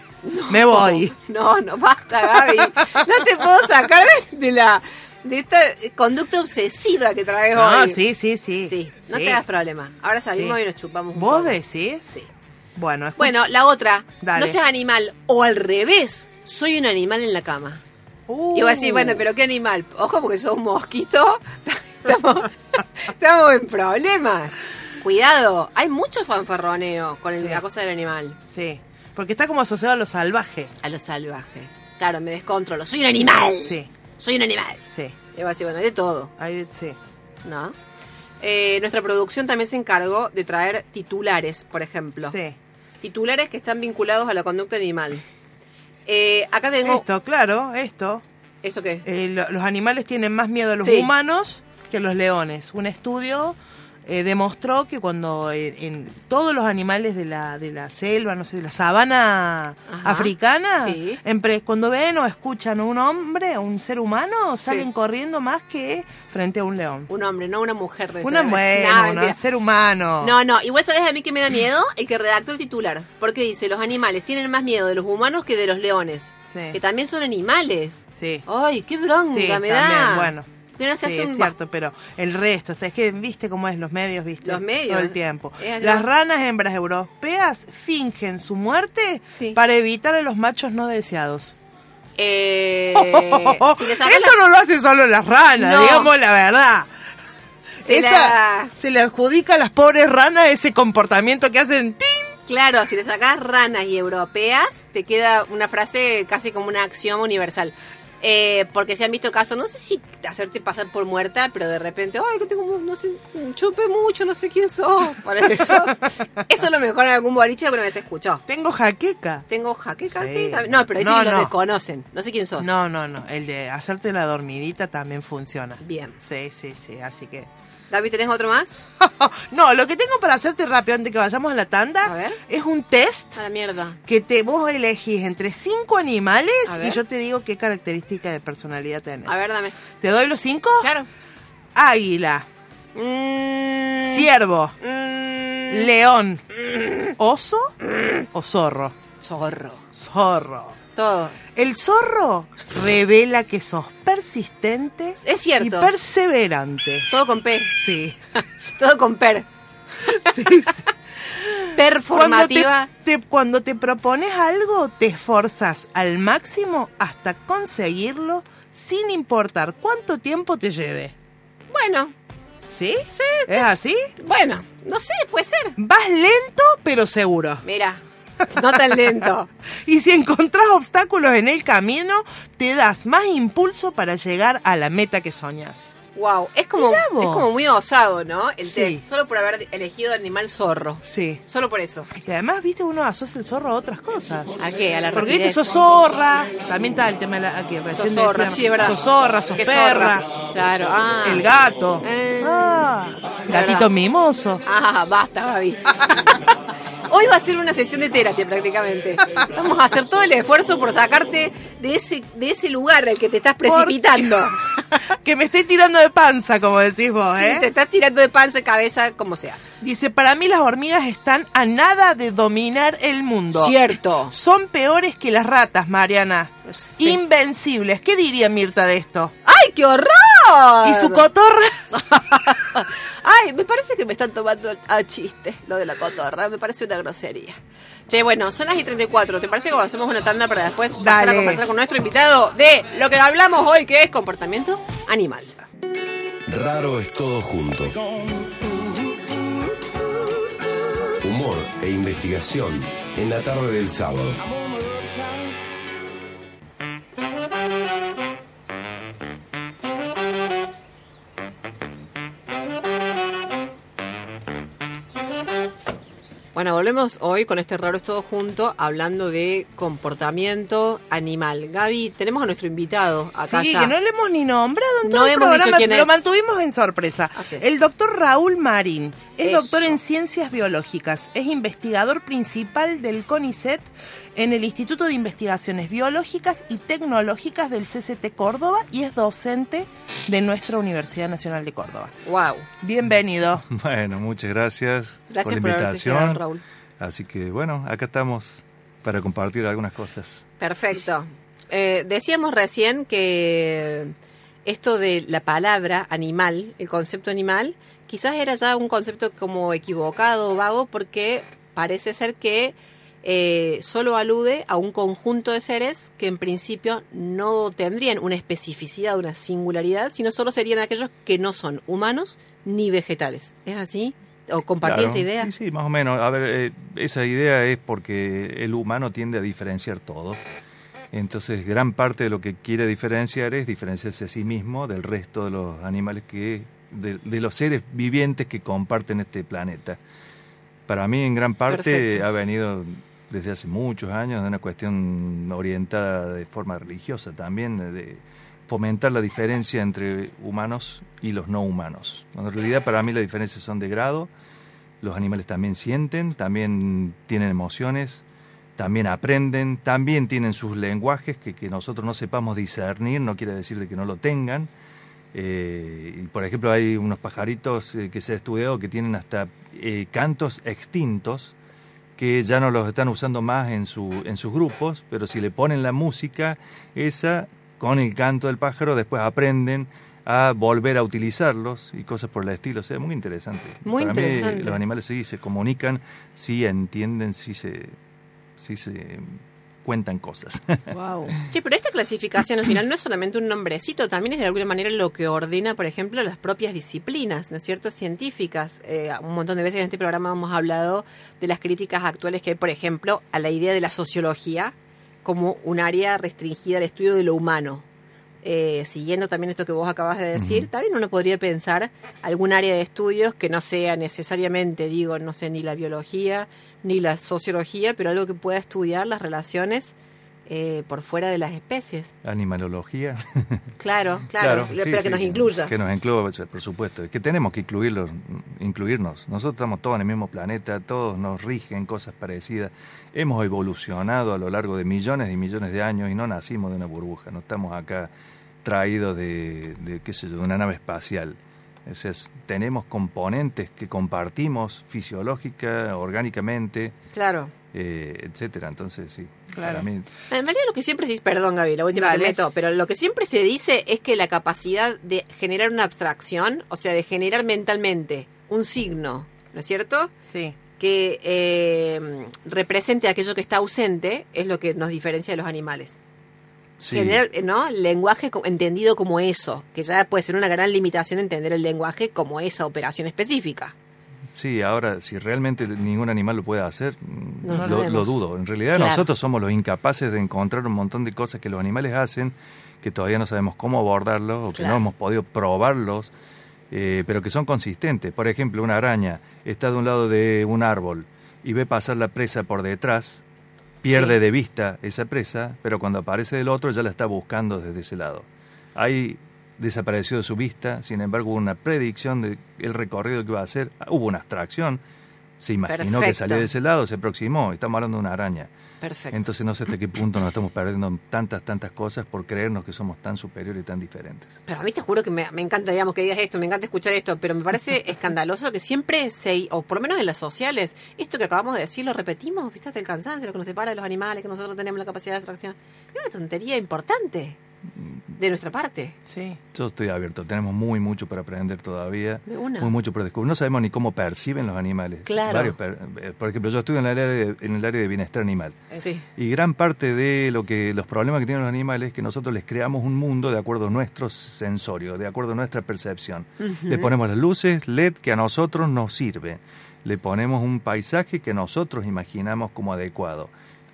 me voy.
No, no, basta, Gaby. No te puedo sacar de, de la de esta conducta obsesiva que traes
No,
hoy.
sí, sí, sí.
Sí, no
Sí.
te hagas problema. Ahora salimos
Sí.
y nos chupamos un
¿Vos
poco.
decís?
Sí.
Bueno, escucha-
Bueno, la otra.
Dale.
No seas animal. O al revés, soy un animal en la cama. Y vos decís,
Uh.
bueno, pero ¿qué animal? Ojo, porque sos un mosquito. Estamos, estamos en problemas. Cuidado, hay mucho fanfarroneo con el-
Sí.
la cosa del animal.
Sí, porque está como asociado a lo salvaje.
A lo salvaje. Claro, me descontrolo. Soy un animal.
Sí.
Soy un animal.
Sí,
Y vos decís, bueno, hay de todo.
ahí sí.
¿no? Eh, nuestra producción también se encargó de traer titulares, por ejemplo.
Sí.
Titulares que están vinculados a la conducta animal. Eh, acá tengo...
Esto, claro, esto.
¿Esto qué?
Eh, lo- los animales tienen más miedo a los
Sí.
humanos que a los leones. Un estudio eh, demostró que cuando en, en todos los animales de la, de la selva, no sé, de la sabana
Ajá,
africana,
sí.
empre- cuando ven o escuchan a un hombre, a un ser humano, salen
Sí.
corriendo más que frente a un león.
Un hombre, no una mujer. de
Una
ser-
mujer,
Nah,
un
mentira.
ser humano.
No, no, igual sabes a mí que me da miedo el que redactó el titular, porque dice, los animales tienen más miedo de los humanos que de los leones,
Sí.
que también son animales.
Sí.
Ay, qué bronca me
Sí, también,
da.
bueno.
Que no se
Sí,
hace
es
un-
cierto, pero el resto, está- es que viste cómo es los medios, viste.
Los medios.
Todo el tiempo.
Es allá.
Las ranas hembras europeas fingen su muerte
Sí.
para evitar a los machos no deseados.
Eh, si le
Eso
sacas la-
no lo hacen solo las ranas,
No.
digamos la verdad.
Se la-
Esa se le adjudica a las pobres ranas ese comportamiento que hacen. ¡Ting!
Claro, si le sacás ranas y europeas, te queda una frase casi como un axioma universal. Eh, porque se han visto casos, no sé si hacerte pasar por muerta, pero de repente, ay, que tengo, mu- no sé, chupé mucho, no sé quién sos. Para eso, eso es lo mejor en algún boliche alguna vez se escuchó.
Tengo jaqueca.
Tengo jaque casi.
Sí.
también. No, pero dicen
No,
que lo
no.
desconocen. No sé quién sos.
No, no, no. El de hacerte la dormidita también funciona.
Bien.
Sí, sí, sí. Así que.
Gaby, ¿tenés otro más?
no, lo que tengo para hacerte rápido antes que vayamos a la tanda
A ver.
es un test
A la mierda.
que te vos elegís entre cinco animales
A ver.
y yo te digo qué característica de personalidad tenés.
A ver, dame.
¿Te doy los cinco?
Claro.
Águila,
Mm,
ciervo,
mm,
león, oso o zorro.
zorro.
Zorro.
Todo.
El zorro revela que sos persistente
Es cierto.
y perseverante.
Todo con P.
Sí.
Todo con per.
sí, sí. Cuando te,
Performativa.
te- cuando te propones algo, te esforzas al máximo hasta conseguirlo sin importar cuánto tiempo te lleve.
Bueno,
¿Sí? ¿Es así?
bueno, no sé, puede ser.
Vas lento, pero seguro.
Mira, no tan lento.
Y si encontrás obstáculos en el camino, te das más impulso para llegar a la meta que soñas.
Wow, es como, es
Mirá vos.
como muy osado, ¿no? El
Sí.
test, solo por haber elegido animal zorro.
Sí.
Solo por eso.
Y además, viste, uno asocia el zorro a otras cosas.
¿A qué? A la
Porque viste,
rapidez.
sos zorra. También está el tema de la, aquí,
Sos
recién
zorra,
decíamos.
sí, es verdad.
Sos zorra, sos
Que
perra.
zorra. Claro, ah.
El gato.
Eh.
Ah, gatito
Verdad.
mimoso.
Ah, basta, Gaby. Hoy va a ser una sesión de terapia prácticamente. Vamos a hacer todo el esfuerzo por sacarte de ese, de ese lugar al que te estás precipitando.
Que me estoy tirando de panza, como decís vos,
Sí,
¿eh?
te estás tirando de panza, cabeza, como sea.
Dice, para mí las hormigas están a nada de dominar el mundo.
eh. Cierto.
Son peores que las ratas, Mariana.
Sí.
Invencibles. ¿Qué diría Mirta de esto?
¡Ay, qué horror!
Y su cotorra.
Ay, me parece que me están tomando a chiste lo de la cotorra. Me parece una grosería. Che, bueno, son las y 34. ¿Te parece que hacemos una tanda para después pasar a
Dale.
conversar con nuestro invitado de lo que hablamos hoy, que es comportamiento animal?
Raro es todo junto. Humor e investigación en la tarde del sábado.
Bueno, volvemos hoy con este raro es todo junto, hablando de comportamiento animal. Gaby, tenemos a nuestro invitado acá
sí,
ya.
que no le hemos ni nombrado en todo
No
el
hemos dicho
programa,
quién
Lo
es.
mantuvimos en sorpresa.
Así es.
El doctor Raúl Marín es
Eso.
doctor en ciencias biológicas. Es investigador principal del CONICET en el Instituto de Investigaciones Biológicas y Tecnológicas del CCT Córdoba y es docente de nuestra Universidad Nacional de Córdoba.
Wow.
Bienvenido.
Bueno, muchas gracias,
Gracias
por la
por haberte
invitación.
llegado, Raúl.
Así que bueno, acá estamos para compartir algunas cosas.
Perfecto. Eh, decíamos recién que esto de la palabra animal, el concepto animal, quizás era ya un concepto como equivocado o vago porque parece ser que eh, solo alude a un conjunto de seres que en principio no tendrían una especificidad, una singularidad, sino solo serían aquellos que no son humanos ni vegetales. ¿Es así? ¿O compartí
Claro.
esa idea?
Y sí, más o menos. A ver, eh, esa idea es porque el humano tiende a diferenciar todo. Entonces, gran parte de lo que quiere diferenciar es diferenciarse a sí mismo del resto de los animales que, de, de los seres vivientes que comparten este planeta. Para mí, en gran parte,
Perfecto.
ha venido desde hace muchos años de una cuestión orientada de forma religiosa también, de- de fomentar la diferencia entre humanos y los no humanos. Cuando en realidad, para mí, las diferencias son de grado. Los animales también sienten, también tienen emociones, también aprenden, también tienen sus lenguajes que, que nosotros no sepamos discernir, no quiere decir de que no lo tengan. Eh, y por ejemplo, hay unos pajaritos eh, que se ha estudiado que tienen hasta eh, cantos extintos que ya no los están usando más en, su, en sus grupos, pero si le ponen la música esa con el canto del pájaro, después aprenden a volver a utilizarlos y cosas por el estilo. O sea, muy interesante.
Muy
Para mí,
interesante.
los animales sí se comunican, sí entienden, sí se, sí se cuentan cosas.
Wow.
Che, pero esta clasificación al final no es solamente un nombrecito, también es de alguna manera lo que ordena, por ejemplo, las propias disciplinas, ¿no es cierto?, científicas. Eh, un montón de veces en este programa hemos hablado de las críticas actuales que hay, por ejemplo, a la idea de la sociología como un área restringida al estudio de lo humano. Eh, siguiendo también esto que vos acabas de decir, también uno podría pensar algún área de estudios que no sea necesariamente, digo, no sé, ni la biología, ni la sociología, pero algo que pueda estudiar las relaciones eh, por fuera de las especies.
Animalología.
Claro, claro,
sí,
pero que
sí,
nos incluya.
Que nos incluya, por supuesto. Es que tenemos que incluirlos, incluirnos. Nosotros estamos todos en el mismo planeta, todos nos rigen cosas parecidas. Hemos evolucionado a lo largo de millones y millones de años y no nacimos de una burbuja. No estamos acá traídos de, de, qué sé yo, de una nave espacial. Es, es- tenemos componentes que compartimos fisiológica, orgánicamente,
Claro.
eh, etcétera. Entonces, sí,
Claro.
para mí
En realidad lo que siempre se dice, perdón Gaby, la última que
Dale.
meto, pero lo que siempre se dice es que la capacidad de generar una abstracción, o sea, de generar mentalmente un signo, ¿no es cierto?
Sí.
Que eh, represente aquello que está ausente, es lo que nos diferencia de los animales.
sí.
Generar, eh, ¿no? Lenguaje co- entendido como eso, que ya puede ser una gran limitación entender el lenguaje como esa operación específica.
Sí, ahora, si realmente ningún animal lo puede hacer, mm,
No lo
lo,
sabemos.
lo dudo. En realidad
Claro.
nosotros somos los incapaces de encontrar un montón de cosas que los animales hacen, que todavía no sabemos cómo abordarlos o que
Claro.
no hemos podido probarlos, eh, pero que son consistentes. Por ejemplo, una araña está de un lado de un árbol y ve pasar la presa por detrás, pierde
Sí.
de vista esa presa, pero cuando aparece del otro ya la está buscando desde ese lado. Ahí desapareció de su vista, sin embargo hubo una predicción del recorrido que iba a hacer, hubo una abstracción, se imaginó
Perfecto.
que salió de ese lado, se aproximó, estamos hablando de una araña.
Perfecto.
Entonces no sé hasta qué punto nos estamos perdiendo en tantas, tantas cosas por creernos que somos tan superiores y tan diferentes.
Pero a mí te juro que me, me encanta, digamos, que digas esto, me encanta escuchar esto, pero me parece escandaloso que siempre se, o por lo menos en las sociales, esto que acabamos de decir lo repetimos, viste, hasta el cansancio, lo que nos separa de los animales, que nosotros tenemos la capacidad de atracción. Es una tontería importante de nuestra parte.
Sí.
Yo estoy abierto, tenemos muy mucho para aprender todavía,
De una.
muy mucho por descubrir. No sabemos ni cómo perciben los animales.
Claro.
Varios per- eh, por ejemplo, yo estudio en el área de- en el área de bienestar animal.
Sí.
Y gran parte de lo que los problemas que tienen los animales es que nosotros les creamos un mundo de acuerdo a nuestro sensorio, de acuerdo a nuestra percepción. Le ponemos las luces LED que a nosotros nos sirve. Le ponemos un paisaje que nosotros imaginamos como adecuado.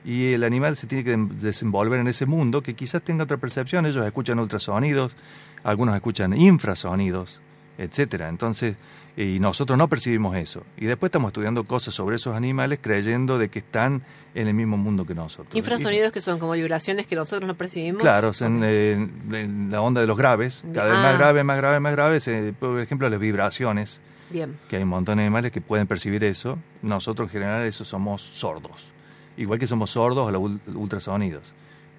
Y el animal se tiene que dem- desenvolver en ese mundo que quizás tenga otra percepción. Ellos escuchan ultrasonidos, algunos escuchan infrasonidos, etcétera. Entonces, eh, y nosotros no percibimos eso. Y después estamos estudiando cosas sobre esos animales creyendo de que están en el mismo mundo que nosotros.
Infrasonidos que son como vibraciones que nosotros no percibimos.
Claro, en, en- en la onda de los graves, cada vez
Ah.
más grave, más grave, más graves. eh, por ejemplo, las vibraciones,
Bien.
que hay un montón de animales que pueden percibir eso. Nosotros en general eso somos sordos, igual que somos sordos a los ul- ultrasonidos.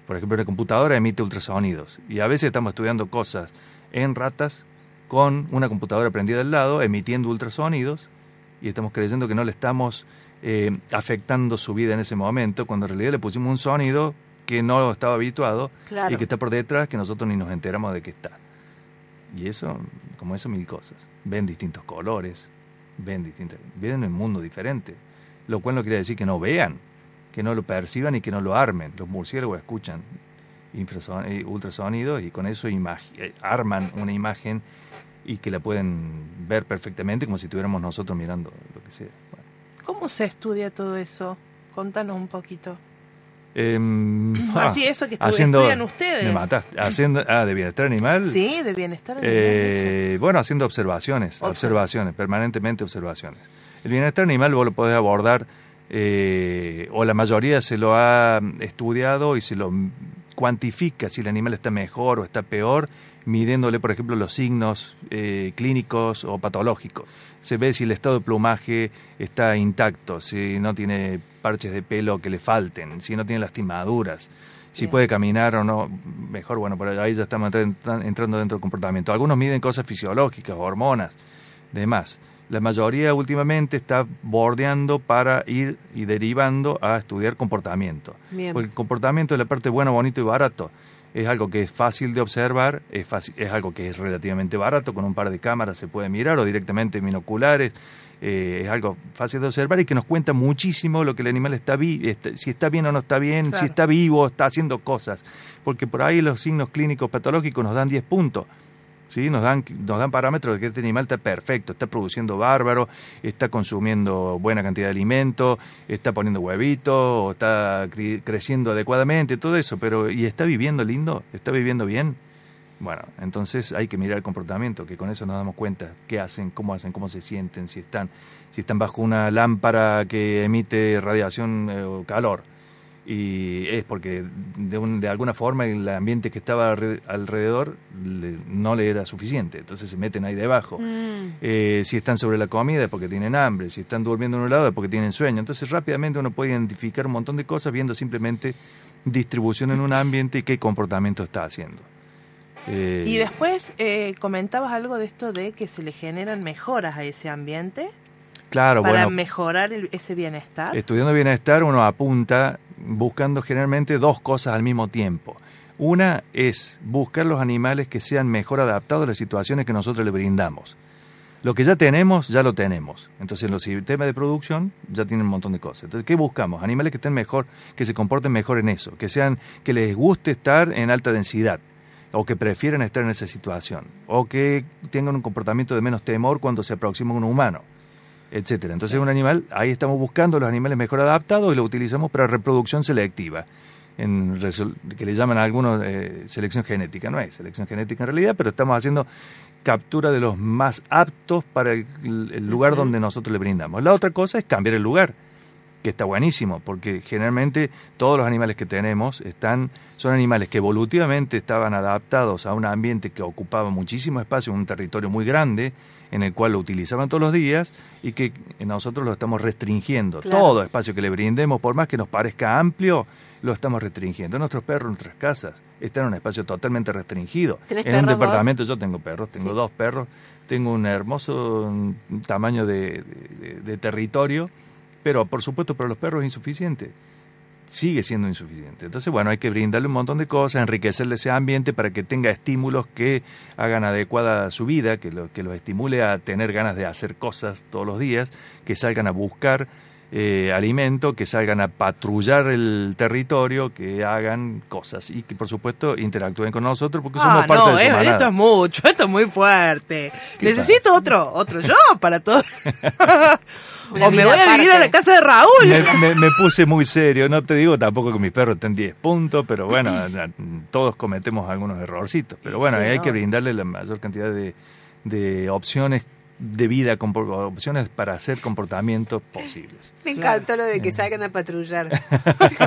Por ejemplo, la computadora emite ultrasonidos y a veces estamos estudiando cosas en ratas con una computadora prendida al lado, emitiendo ultrasonidos y estamos creyendo que no le estamos eh, afectando su vida en ese momento, cuando en realidad le pusimos un sonido que no estaba habituado
Claro.
y que está por detrás, que nosotros ni nos enteramos de que está. Y eso, como eso, mil cosas. Ven distintos colores, ven distintas, ven un mundo diferente, lo cual no quiere decir que no vean, que no lo perciban y que no lo armen. Los murciélagos escuchan infrason- eh, ultrasonidos y con eso imagi- eh, arman una imagen y que la pueden ver perfectamente como si estuviéramos nosotros mirando lo que sea. Bueno.
¿Cómo se estudia todo eso? Contanos un poquito.
Em,
Así, eso que estu- estudian ustedes.
Me mataste. Haciendo, ah, de bienestar animal.
Sí, de bienestar animal.
Eh, bueno, haciendo observaciones,
Observ-
observaciones, permanentemente observaciones. El bienestar animal vos lo podés abordar, eh, o la mayoría se lo ha estudiado y se lo cuantifica si el animal está mejor o está peor, midiéndole, por ejemplo, los signos eh, clínicos o patológicos. Se ve si el estado de plumaje está intacto, si no tiene parches de pelo que le falten, si no tiene lastimaduras si
Bien.
puede caminar o no, mejor, bueno, pero ahí ya estamos entran- entrando dentro del comportamiento. Algunos miden cosas fisiológicas, hormonas, demás. La mayoría últimamente está bordeando para ir y derivando a estudiar comportamiento.
Bien.
Porque el comportamiento es la parte bueno, bonito y barato. es algo que es fácil de observar, es, fácil- es algo que es relativamente barato, con un par de cámaras se puede mirar o directamente binoculares. eh, es algo fácil de observar y que nos cuenta muchísimo lo que el animal está, vi está- si está bien o no está bien, si
Claro.
está vivo, está haciendo cosas. Porque por ahí los signos clínicos patológicos nos dan 10 puntos. ¿sí? Nos, dan, nos dan parámetros de que este animal está perfecto, está produciendo bárbaro, está consumiendo buena cantidad de alimento, está poniendo huevitos, o está cri- creciendo adecuadamente, todo eso, pero ¿y está viviendo lindo? ¿Está viviendo bien? Bueno, entonces hay que mirar el comportamiento, que con eso nos damos cuenta qué hacen, cómo hacen, cómo se sienten, si están, si están bajo una lámpara que emite radiación eh, o calor. Y es porque de, un- de alguna forma el ambiente que estaba alre- alrededor le- no le era suficiente, entonces se meten ahí debajo.
Mm.
Eh, si están sobre la comida es porque tienen hambre, si están durmiendo en un lado es porque tienen sueño. Entonces rápidamente uno puede identificar un montón de cosas viendo simplemente distribución en un ambiente y qué comportamiento está haciendo. Eh,
Y después eh, comentabas algo de esto de que se le generan mejoras a ese ambiente
claro,
para
bueno,
mejorar el- ese bienestar.
Estudiando bienestar uno apunta buscando generalmente dos cosas al mismo tiempo. Una es buscar los animales que sean mejor adaptados a las situaciones que nosotros le brindamos. Lo que ya tenemos, ya lo tenemos. Entonces, los sistemas de producción ya tienen un montón de cosas. Entonces, ¿qué buscamos? Animales que estén mejor, que se comporten mejor en eso, que sean, que les guste estar en alta densidad, o que prefieran estar en esa situación, o que tengan un comportamiento de menos temor cuando se aproxima un humano etcétera. Entonces un animal, ahí estamos buscando los animales mejor adaptados y lo utilizamos para reproducción selectiva, en resol- que le llaman a algunos eh, selección genética. No es selección genética en realidad, pero estamos haciendo captura de los más aptos para el, el lugar donde nosotros le brindamos. La otra cosa es cambiar el lugar que está buenísimo, porque generalmente todos los animales que tenemos están, son animales que evolutivamente estaban adaptados a un ambiente que ocupaba muchísimo espacio, un territorio muy grande, en el cual lo utilizaban todos los días y que nosotros lo estamos restringiendo.
Claro.
Todo espacio que le brindemos, por más que nos parezca amplio, lo estamos restringiendo. Nuestros perros, nuestras casas, están en un espacio totalmente restringido.
¿Tenés
en un
perros vos?
departamento yo tengo perros, tengo
Sí.
dos perros, tengo un hermoso mm, tamaño de, de- de territorio, pero por supuesto para los perros es insuficiente. Sigue siendo insuficiente. Entonces, bueno, hay que brindarle un montón de cosas, enriquecerle ese ambiente para que tenga estímulos que hagan adecuada su vida, que, lo, que los estimule a tener ganas de hacer cosas todos los días, que salgan a buscar eh, alimento, que salgan a patrullar el territorio, que hagan cosas y que, por supuesto, interactúen con nosotros porque somos
ah,
parte
no,
de su
eh,
manada.
esto es mucho, esto es muy fuerte.
¿Qué
Necesito otro, otro yo para todo.
Una
o me
vida
voy a vivir a la
aparte.
casa de Raúl.
me, me- me puse muy serio. No te digo tampoco que mis perros estén 10 puntos, pero bueno, na- todos cometemos algunos errorcitos. Pero bueno,
Sí,
hay
no.
que brindarle la mayor cantidad de, de opciones de vida, compor- opciones para hacer comportamientos posibles.
Me encantó lo de que salgan a patrullar.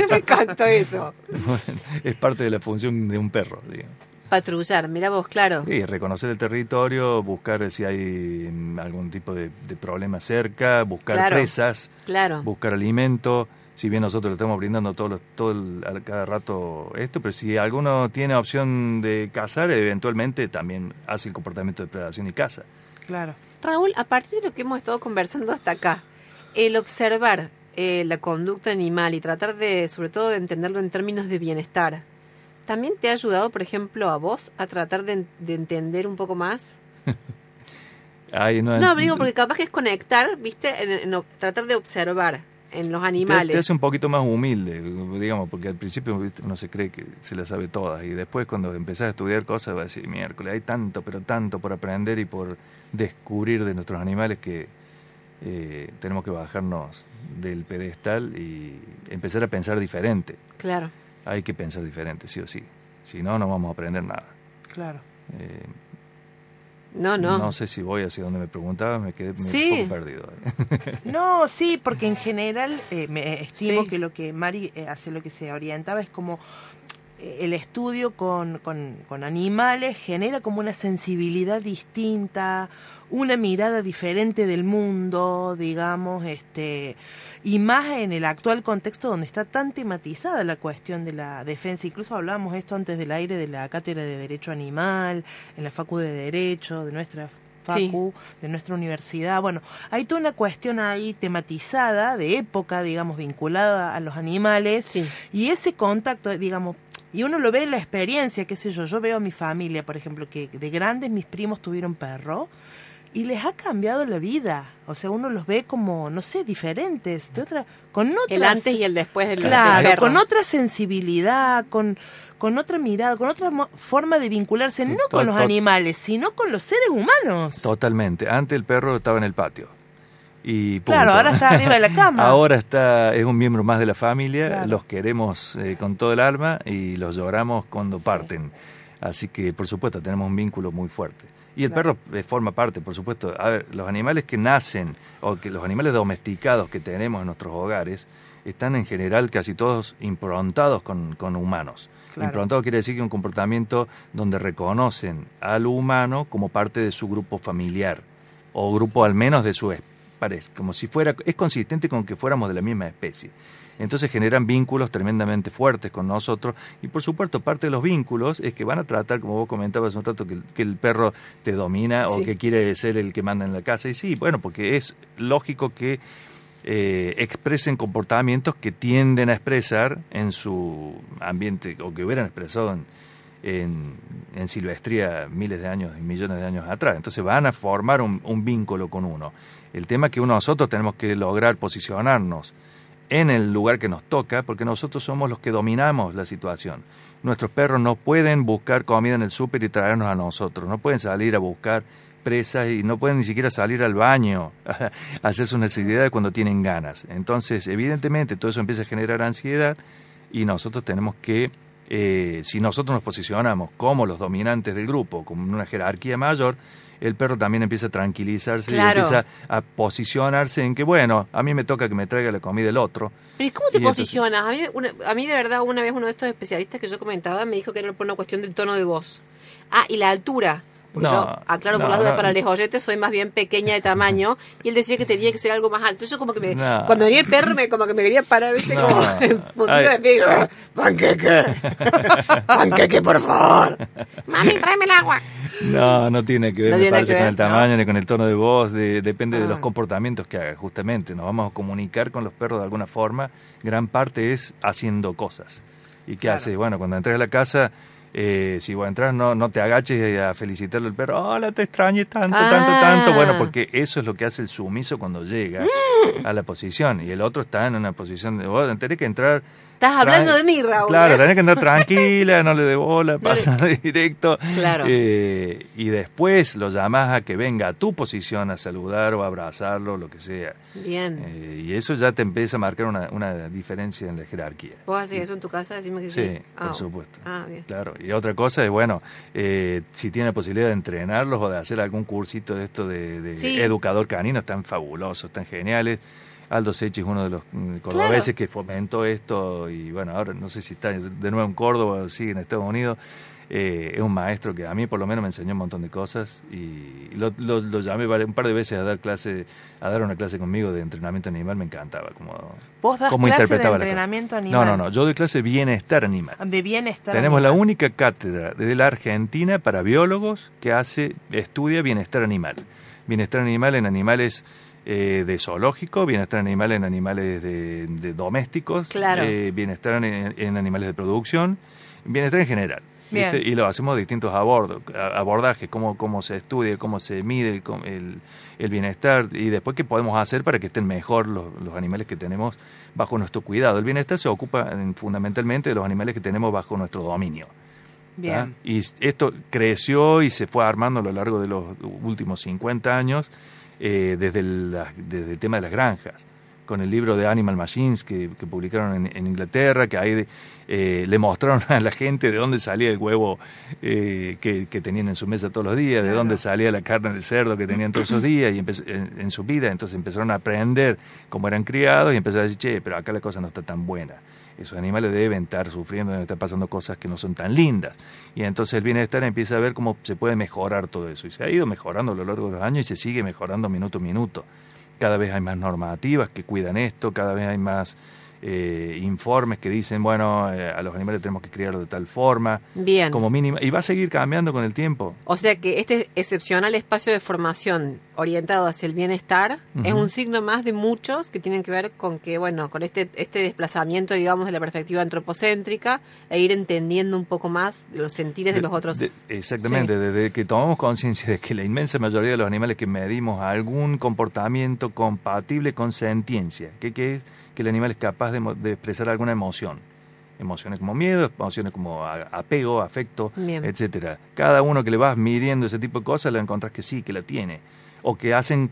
Me encantó eso.
Bueno, es parte de la función de un perro, digamos.
Patrullar, mira vos, claro.
Sí, reconocer el territorio, buscar si hay mm, algún tipo de, de problema cerca, buscar
Claro.
presas.
Claro.
buscar alimento. Si bien nosotros le estamos brindando todos los- todo el- a cada rato esto, pero si alguno tiene opción de cazar, eventualmente también hace el comportamiento de predación y caza.
Claro.
Raúl, a partir de lo que hemos estado conversando hasta acá, el observar eh, la conducta animal y tratar de, sobre todo, de entenderlo en términos de bienestar, ¿también te ha ayudado, por ejemplo, a vos a tratar de, en- de entender un poco más?
Ay,
No, digo, porque capaz que es conectar, ¿viste? En- en- en tratar de observar en los
te-
animales.
Te hace un poquito más humilde, digamos, porque al principio ¿viste? uno se cree que se las sabe todas y después cuando empezás a estudiar cosas vas a decir, miércoles, hay tanto, pero tanto por aprender y por descubrir de nuestros animales que eh, tenemos que bajarnos del pedestal y empezar a pensar diferente.
Claro.
hay que pensar diferente, sí o sí. Si no, no vamos a aprender nada.
Claro.
Eh,
No, no.
sé si voy hacia donde me preguntabas, me quedé me-
Sí.
un poco perdido. eh.
No, sí, porque en general eh, me estimo
Sí.
que lo que Mari eh, hace, lo que se orientaba es como eh, el estudio con, con- con animales genera como una sensibilidad distinta, una mirada diferente del mundo, digamos, este, y más en el actual contexto donde está tan tematizada la cuestión de la defensa. Incluso hablábamos esto antes del aire de la cátedra de Derecho Animal, en la Facu de Derecho, de nuestra
Sí.
Facu, de nuestra universidad. Bueno, hay toda una cuestión ahí tematizada, de época, digamos, vinculada a los animales.
Sí.
Y ese contacto, digamos, Y uno lo ve en la experiencia, qué sé yo. Yo veo a mi familia, por ejemplo, que de grandes mis primos tuvieron perro y les ha cambiado la vida. O sea, uno los ve como, no sé, diferentes, de otra, con otras.
El antes y el después del
Claro,
del perro.
con otra sensibilidad, con, con otra mirada, con otra mo- forma de vincularse, no
to-
con los
to-
animales, sino con los seres humanos.
Totalmente. Antes el perro estaba en el patio. Y punto.
Claro, ahora está arriba de la cama.
Ahora está, es un miembro más de la familia,
Claro.
los queremos eh, con todo el alma y los lloramos cuando parten. Así que, por supuesto, tenemos un vínculo muy fuerte. Y el perro eh, forma parte, por supuesto. A ver, los animales que nacen o que los animales domesticados que tenemos en nuestros hogares están en general casi todos improntados con, con humanos.
Claro.
Improntado quiere decir que un comportamiento donde reconocen al humano como parte de su grupo familiar o grupo al menos de su especie, como si fuera, es consistente con que fuéramos de la misma especie. Entonces generan vínculos tremendamente fuertes con nosotros y por supuesto parte de los vínculos es que van a tratar, como vos comentabas hace un rato, que, el- que el perro te domina
Sí.
o que quiere ser el que manda en la casa. Y sí, bueno, porque es lógico que eh, expresen comportamientos que tienden a expresar en su ambiente o que hubieran expresado en, en, en silvestría miles de años y millones de años atrás. Entonces van a formar un, un vínculo con uno. El tema es que uno- nosotros tenemos que lograr posicionarnos en el lugar que nos toca, porque nosotros somos los que dominamos la situación. Nuestros perros no pueden buscar comida en el súper y traernos a nosotros, no pueden salir a buscar presas y no pueden ni siquiera salir al baño a hacer sus necesidades cuando tienen ganas. Entonces, evidentemente, todo eso empieza a generar ansiedad y nosotros tenemos que, eh, si nosotros nos posicionamos como los dominantes del grupo, como en una jerarquía mayor, el perro también empieza a tranquilizarse
Claro.
y empieza a posicionarse en que, bueno, a mí me toca que me traiga la comida el otro.
Pero ¿y ¿cómo te
Y entonces-
posicionas? A mí, una- a mí de verdad una vez uno de estos especialistas que yo comentaba me dijo que era por una cuestión del tono de voz. Ah, y la altura.
No,
yo aclaro por
no,
las dudas
no.
para los oyentes, soy más bien pequeña de tamaño y él decía que tenía que ser algo más alto. Yo como que me,
No.
cuando venía el perro me como que me quería parar, viste,
No.
como en puntito de
Ay.
pie. Panqueque, panqueque, por favor. Mami, tráeme el agua.
No, no tiene que ver,
No
me
tiene
parece,
que
con
ver,
el tamaño
¿no?
ni con el tono de voz. de- depende de los
Ah.
comportamientos que haga, justamente. Nos vamos a comunicar con los perros de alguna forma. Gran parte es haciendo cosas. ¿Y qué haces? Bueno, cuando entras a la casa, eh, si vos entras, no, no te agaches a felicitarle al perro. Hola, te extrañé tanto, tanto,
Ah. Mm.
tanto. Bueno, porque eso es lo que hace el sumiso cuando llega a la posición. Y el otro está en una posición de vos. Tenés que entrar.
Estás hablando
tran-
de mí, Raúl, ¿eh?
Claro, tenés que entrar tranquila, no le dé bola, pasa directo.
Claro.
Eh, y después lo llamás a que venga a tu posición a saludar o a abrazarlo, lo que sea.
Bien.
Eh, y eso ya te empieza a marcar una, una diferencia en la jerarquía.
¿Vos haces eso en tu casa? Decime que sí.
Sí,
Ah,
por supuesto.
Ah, bien.
Claro. Y otra cosa es, bueno, eh, si tiene la posibilidad de entrenarlos o de hacer algún cursito de esto de, de
Sí.
educador canino, están fabulosos, tan geniales. Aldo Sechi es uno de los mm, cordobeses que fomentó esto y bueno, ahora no sé si está de nuevo en Córdoba o sigue en Estados Unidos. Eh, es un maestro que a mí por lo menos me enseñó un montón de cosas y lo, lo- lo llamé vari- un par de veces a dar clase, a dar una clase conmigo de entrenamiento animal, me encantaba como,
¿Vos das
cómo
clase de
interpretaba la cosa.
entrenamiento animal?
No, no, no, yo doy clase de bienestar animal.
De bienestar.
Tenemos la
animal.
única cátedra de la Argentina para biólogos que hace, estudia bienestar animal. Bienestar animal en animales eh, de zoológico, bienestar animal en animales de, de domésticos,
Claro.
eh, bienestar en, en animales de producción, bienestar en general.
Bien.
¿viste? Y lo hacemos de distintos abordo- a- abordajes, cómo, cómo se estudia, cómo se mide el, com- el- el bienestar y después qué podemos hacer para que estén mejor los, los animales que tenemos bajo nuestro cuidado. El bienestar se ocupa en- fundamentalmente de los animales que tenemos bajo nuestro dominio. ¿tá?
Bien.
Y esto creció y se fue armando a lo largo de los últimos 50 años eh, desde, el, la- desde el tema de las granjas, con el libro de Animal Machines que, que publicaron en, en Inglaterra, que ahí eh, le mostraron a la gente de dónde salía el huevo eh, que, que tenían en su mesa todos los días, de dónde salía la carne de cerdo que tenían todos esos días y empe- en, en su vida. Entonces empezaron a aprender cómo eran criados y empezaron a decir, che, pero acá la cosa no está tan buena. Esos animales deben estar sufriendo, deben estar pasando cosas que no son tan lindas. Y entonces el bienestar empieza a ver cómo se puede mejorar todo eso. Y se ha ido mejorando a lo largo de los años y se sigue mejorando minuto a minuto. Cada vez hay más normativas que cuidan esto, cada vez hay más eh, informes que dicen, bueno, eh, a los animales tenemos que criarlos de tal forma,
Bien.
como mínima, y va a seguir cambiando con el tiempo.
O sea que este excepcional espacio de formación orientado hacia el bienestar es
Ujú.
un signo más de muchos que tienen que ver con que, bueno, con este, este desplazamiento, digamos, de la perspectiva antropocéntrica e ir entendiendo un poco más de los sentires de, los otros.
de- exactamente, desde que tomamos conciencia de que la inmensa mayoría de los animales que medimos algún comportamiento compatible con sentiencia, que, que es que el animal es capaz de, mo- de expresar alguna emoción. Emociones como miedo, emociones como a- apego, afecto,
Bien.
etcétera. Cada uno que le vas midiendo ese tipo de cosas, la encontrás que sí, que la tiene. O que hacen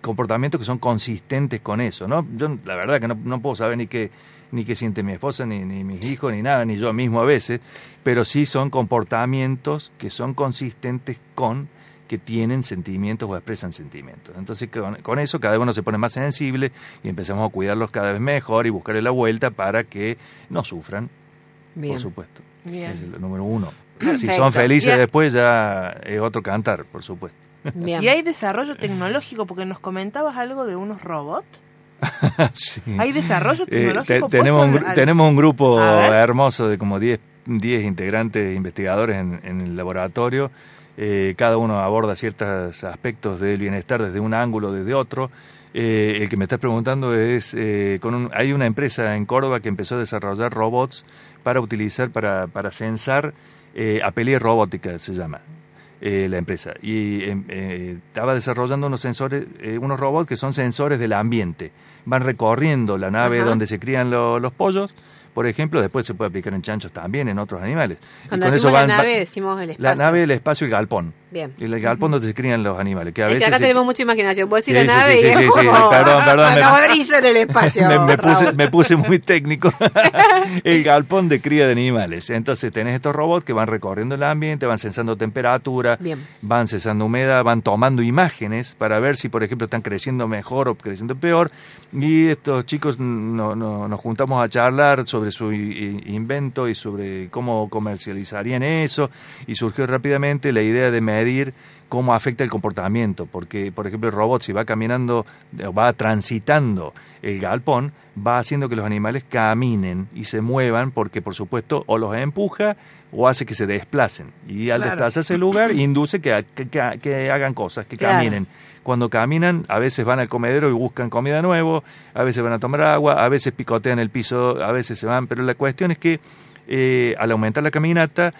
comportamientos que son consistentes con eso, ¿no? Yo la verdad que no, no puedo saber ni qué ni qué siente mi esposa, ni, ni mis hijos, ni nada, ni yo mismo a veces, pero sí son comportamientos que son consistentes con que tienen sentimientos o expresan sentimientos. Entonces con, con eso cada uno se pone más sensible y empezamos a cuidarlos cada vez mejor y buscarle la vuelta para que no sufran,
Bien.
por supuesto.
Bien.
Es el número uno. Si
Perfecto.
son felices
Bien.
después ya es otro cantar, por supuesto.
Bien.
Y hay desarrollo tecnológico, porque nos comentabas algo de unos robots.
Sí.
Hay desarrollo
Mm. Eh,
tecnológico.
te-
puesto
tenemos, un,
al-
gru-
al-
tenemos un grupo
A ver.
hermoso de como 10 10 integrantes investigadores en, en el laboratorio. Eh, cada uno aborda ciertos aspectos del bienestar desde un ángulo, desde otro. Eh, el que me estás preguntando es, eh, con un- hay una empresa en Córdoba que empezó a desarrollar robots para utilizar, para, para censar eh, apelía robótica, se llama eh, la empresa y em, eh, estaba desarrollando unos sensores, eh, unos robots que son sensores del ambiente. Van recorriendo la nave
Ajá.
donde se crían lo- los pollos, por ejemplo, después se puede aplicar en chanchos también, en otros animales. Y
Cuando
con
decimos
eso van-
la nave,
va-
decimos el espacio.
la nave, el espacio y el galpón.
Bien.
El galpón donde se crían los animales. Que a
Es que
veces
acá
se-
tenemos mucha imaginación. Vos decís
Sí,
la
sí,
nave
sí,
y es
sí, sí,
como
sí, perdón, perdón, me-
nodriza en el espacio.
me, me puse,
Raúl.
me puse muy técnico. el galpón de cría de animales. Entonces tenés estos robots que van recorriendo el ambiente, van censando temperatura,
Bien.
van censando humedad, van tomando imágenes para ver si, por ejemplo, están creciendo mejor o creciendo peor. Y estos chicos no- no- nos juntamos a charlar sobre su i- i- invento y sobre cómo comercializarían eso. Y surgió rápidamente la idea de medir cómo afecta el comportamiento, porque por ejemplo el robot si va caminando, eh, va transitando el galpón, va haciendo que los animales caminen y se muevan porque por supuesto o los empuja o hace que se desplacen. Y al
Claro.
desplazarse el lugar induce que, ha- que- que- que hagan cosas, que
Claro.
caminen. Cuando caminan, a veces van al comedero y buscan comida de nuevo, a veces van a tomar agua, a veces picotean el piso, a veces se van, pero la cuestión es que eh, al aumentar la caminata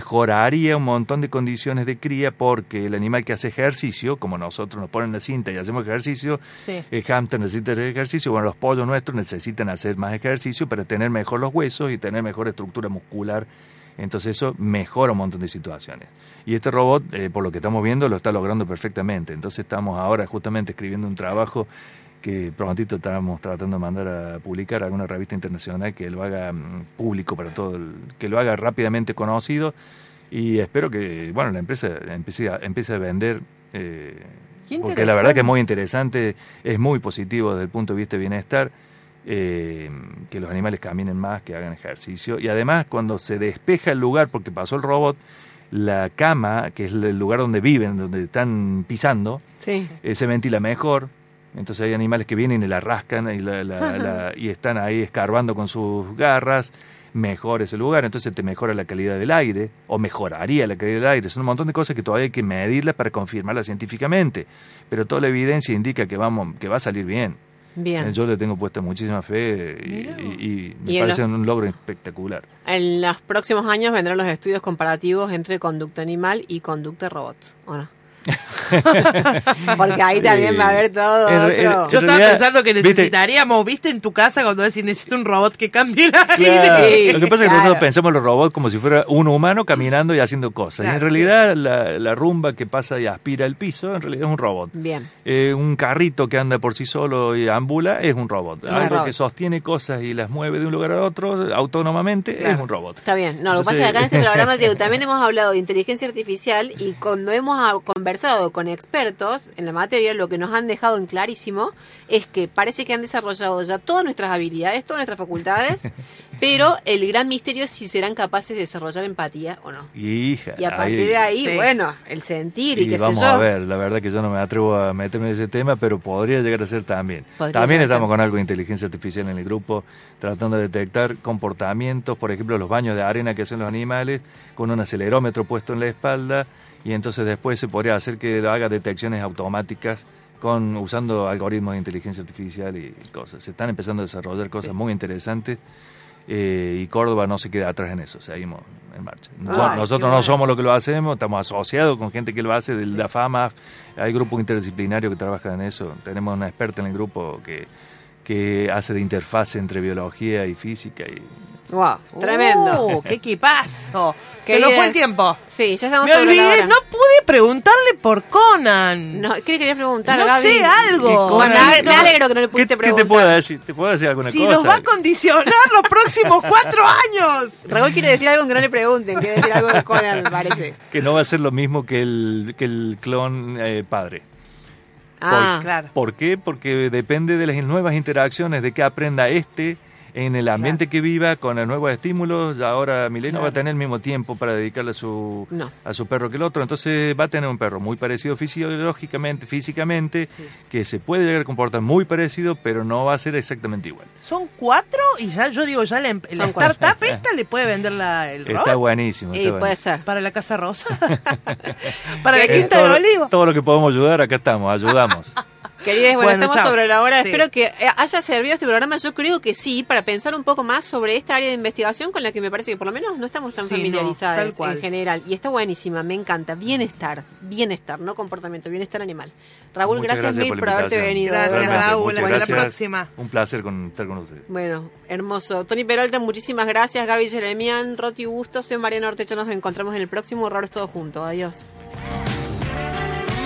mejoraría un montón de condiciones de cría porque el animal que hace ejercicio, como nosotros nos ponen la cinta y hacemos ejercicio,
Sí.
el hámster necesita hacer ejercicio, bueno, los pollos nuestros necesitan hacer más ejercicio para tener mejor los huesos y tener mejor estructura muscular. Entonces eso mejora un montón de situaciones. Y este robot, eh, por lo que estamos viendo, lo está logrando perfectamente. Entonces estamos ahora justamente escribiendo un trabajo que prontito estábamos tratando de mandar a publicar a alguna revista internacional que lo haga mm, público para todo, el- que lo haga rápidamente conocido. Y espero que, bueno, la empresa empiece a, empiece a vender. eh,
Qué
porque la verdad
interesante.
que es muy interesante, es muy positivo desde el punto de vista de bienestar, eh, que los animales caminen más, que hagan ejercicio. Y además, cuando se despeja el lugar, porque pasó el robot, la cama, que es el lugar donde viven, donde están pisando,
Sí.
eh, se ventila mejor. Entonces hay animales que vienen y la rascan y, la- la- la- y están ahí escarbando con sus garras. Mejor ese lugar, entonces te mejora la calidad del aire o mejoraría la calidad del aire. Son un montón de cosas que todavía hay que medirlas para confirmarlas científicamente. Pero toda la evidencia indica que, vamos, que va a salir bien.
Bien.
Yo le tengo puesta muchísima fe y,
Mirá vos.
y- y me
Y en
parece un logro espectacular.
En los próximos años vendrán los estudios comparativos entre conducta animal y conducta robot, ¿o no? Porque ahí también
Sí.
va a haber todo
En re-
otro.
en-
Yo estaba
realidad,
pensando que
viste-
necesitaríamos, ¿viste? en tu casa cuando decís necesito un robot que cambie el aire.
Claro.
Sí,
Lo que pasa es que nosotros
claro.
pensamos los robots como si fuera un humano caminando y haciendo cosas.
Claro,
y en realidad la, la rumba que pasa y aspira el piso, en realidad es un robot.
Bien.
Eh, un carrito que anda por sí solo y ambula es un robot.
Es un
Algo
robot.
que sostiene cosas y las mueve de un lugar a otro autónomamente es un robot.
Está bien. No, lo que pasa es que acá en este programa digo, también hemos hablado de inteligencia artificial y cuando hemos ah, conversado con expertos en la materia, lo que nos han dejado en clarísimo es que parece que han desarrollado ya todas nuestras habilidades, todas nuestras facultades Pero el gran misterio es si serán capaces de desarrollar empatía o no.
Hija,
Y a partir de ahí,
Sí.
bueno, el sentir y,
y
qué sé
vamos
yo.
a ver, la verdad que yo no me atrevo a meterme en ese tema, pero podría llegar a ser también.
Podría
también
llegar a
estamos
ser.
con algo de inteligencia artificial en el grupo, tratando de detectar comportamientos, por ejemplo, los baños de arena que hacen los animales, con un acelerómetro puesto en la espalda, y entonces después se podría hacer que haga detecciones automáticas con usando algoritmos de inteligencia artificial y cosas. Se están empezando a desarrollar cosas muy interesantes. eh, y Córdoba no se queda atrás en eso, seguimos en marcha.
Ay, qué
Nosotros
bueno.
no somos somos lo que lo hacemos, estamos asociados con gente que lo hace, de la fama, hay grupos interdisciplinarios que trabajan en eso, tenemos una experta en el grupo que, que hace de interfaz entre biología y física. Y,
Guau, tremendo.
Uh, ¡Qué equipazo!
Qué
Se nos
bien.
fue el tiempo.
Sí, ya estamos
Me
sobre la
olvidé,
hora.
no pude preguntarle por Conan.
No, ¿qué le querías preguntar,
No
Gaby?
sé, algo.
Bueno,
Sí,
a ver, Oh, me
no.
alegro que no le
¿Qué,
pudiste
qué
preguntar.
te puedo decir? ¿Te puedo decir alguna
si
cosa?
nos va a condicionar los próximos cuatro años.
Raúl quiere decir algo que no le pregunten, quiere decir algo de Conan, me parece.
Que no va a ser lo mismo que el, que el clon eh, padre.
Ah,
Por-
claro.
¿Por qué? Porque depende de las nuevas interacciones, de qué aprenda este en el ambiente que viva, con los nuevos estímulos. Ahora Milena va a tener el mismo tiempo para dedicarle a su,
No.
a su perro que el otro. Entonces va a tener un perro muy parecido fisiológicamente, físicamente, que se puede llegar a comportar muy parecido, pero no va a ser exactamente igual.
Son cuatro y ya yo digo, ya la, em- la
Son cuatro.
startup esta le puede vender la, el
Está
robot
buenísimo.
y
está
puede
buenísimo.
ser.
para la Casa Rosa, para la
Eh,
Eh,
Quinta
todo,
del Olivo.
todo lo que podemos ayudar, acá estamos, ayudamos.
Queridos, bueno,
Bueno,
estamos
chao.
sobre la hora.
Sí.
Espero que eh, haya servido este programa. Yo creo que sí, para pensar un poco más sobre esta área de investigación con la que me parece que por lo menos no estamos tan
Sí, no, tal
familiarizadas
cual.
en general. Y está buenísima, me encanta. Bienestar, bienestar, no comportamiento, bienestar animal. Raúl,
Muchas
gracias, mil
por
por,
la
haberte
invitación.
venido.
Gracias,
Realmente,
Raúl.
muchas
Hasta la
gracias.
próxima.
Un placer con, estar con ustedes.
Bueno, hermoso. Tony Peralta, muchísimas gracias. Gaby Jeremian, Roti Bustos, soy Mariano Ortecho. Nos encontramos en el próximo Horrores Todos Juntos. Adiós.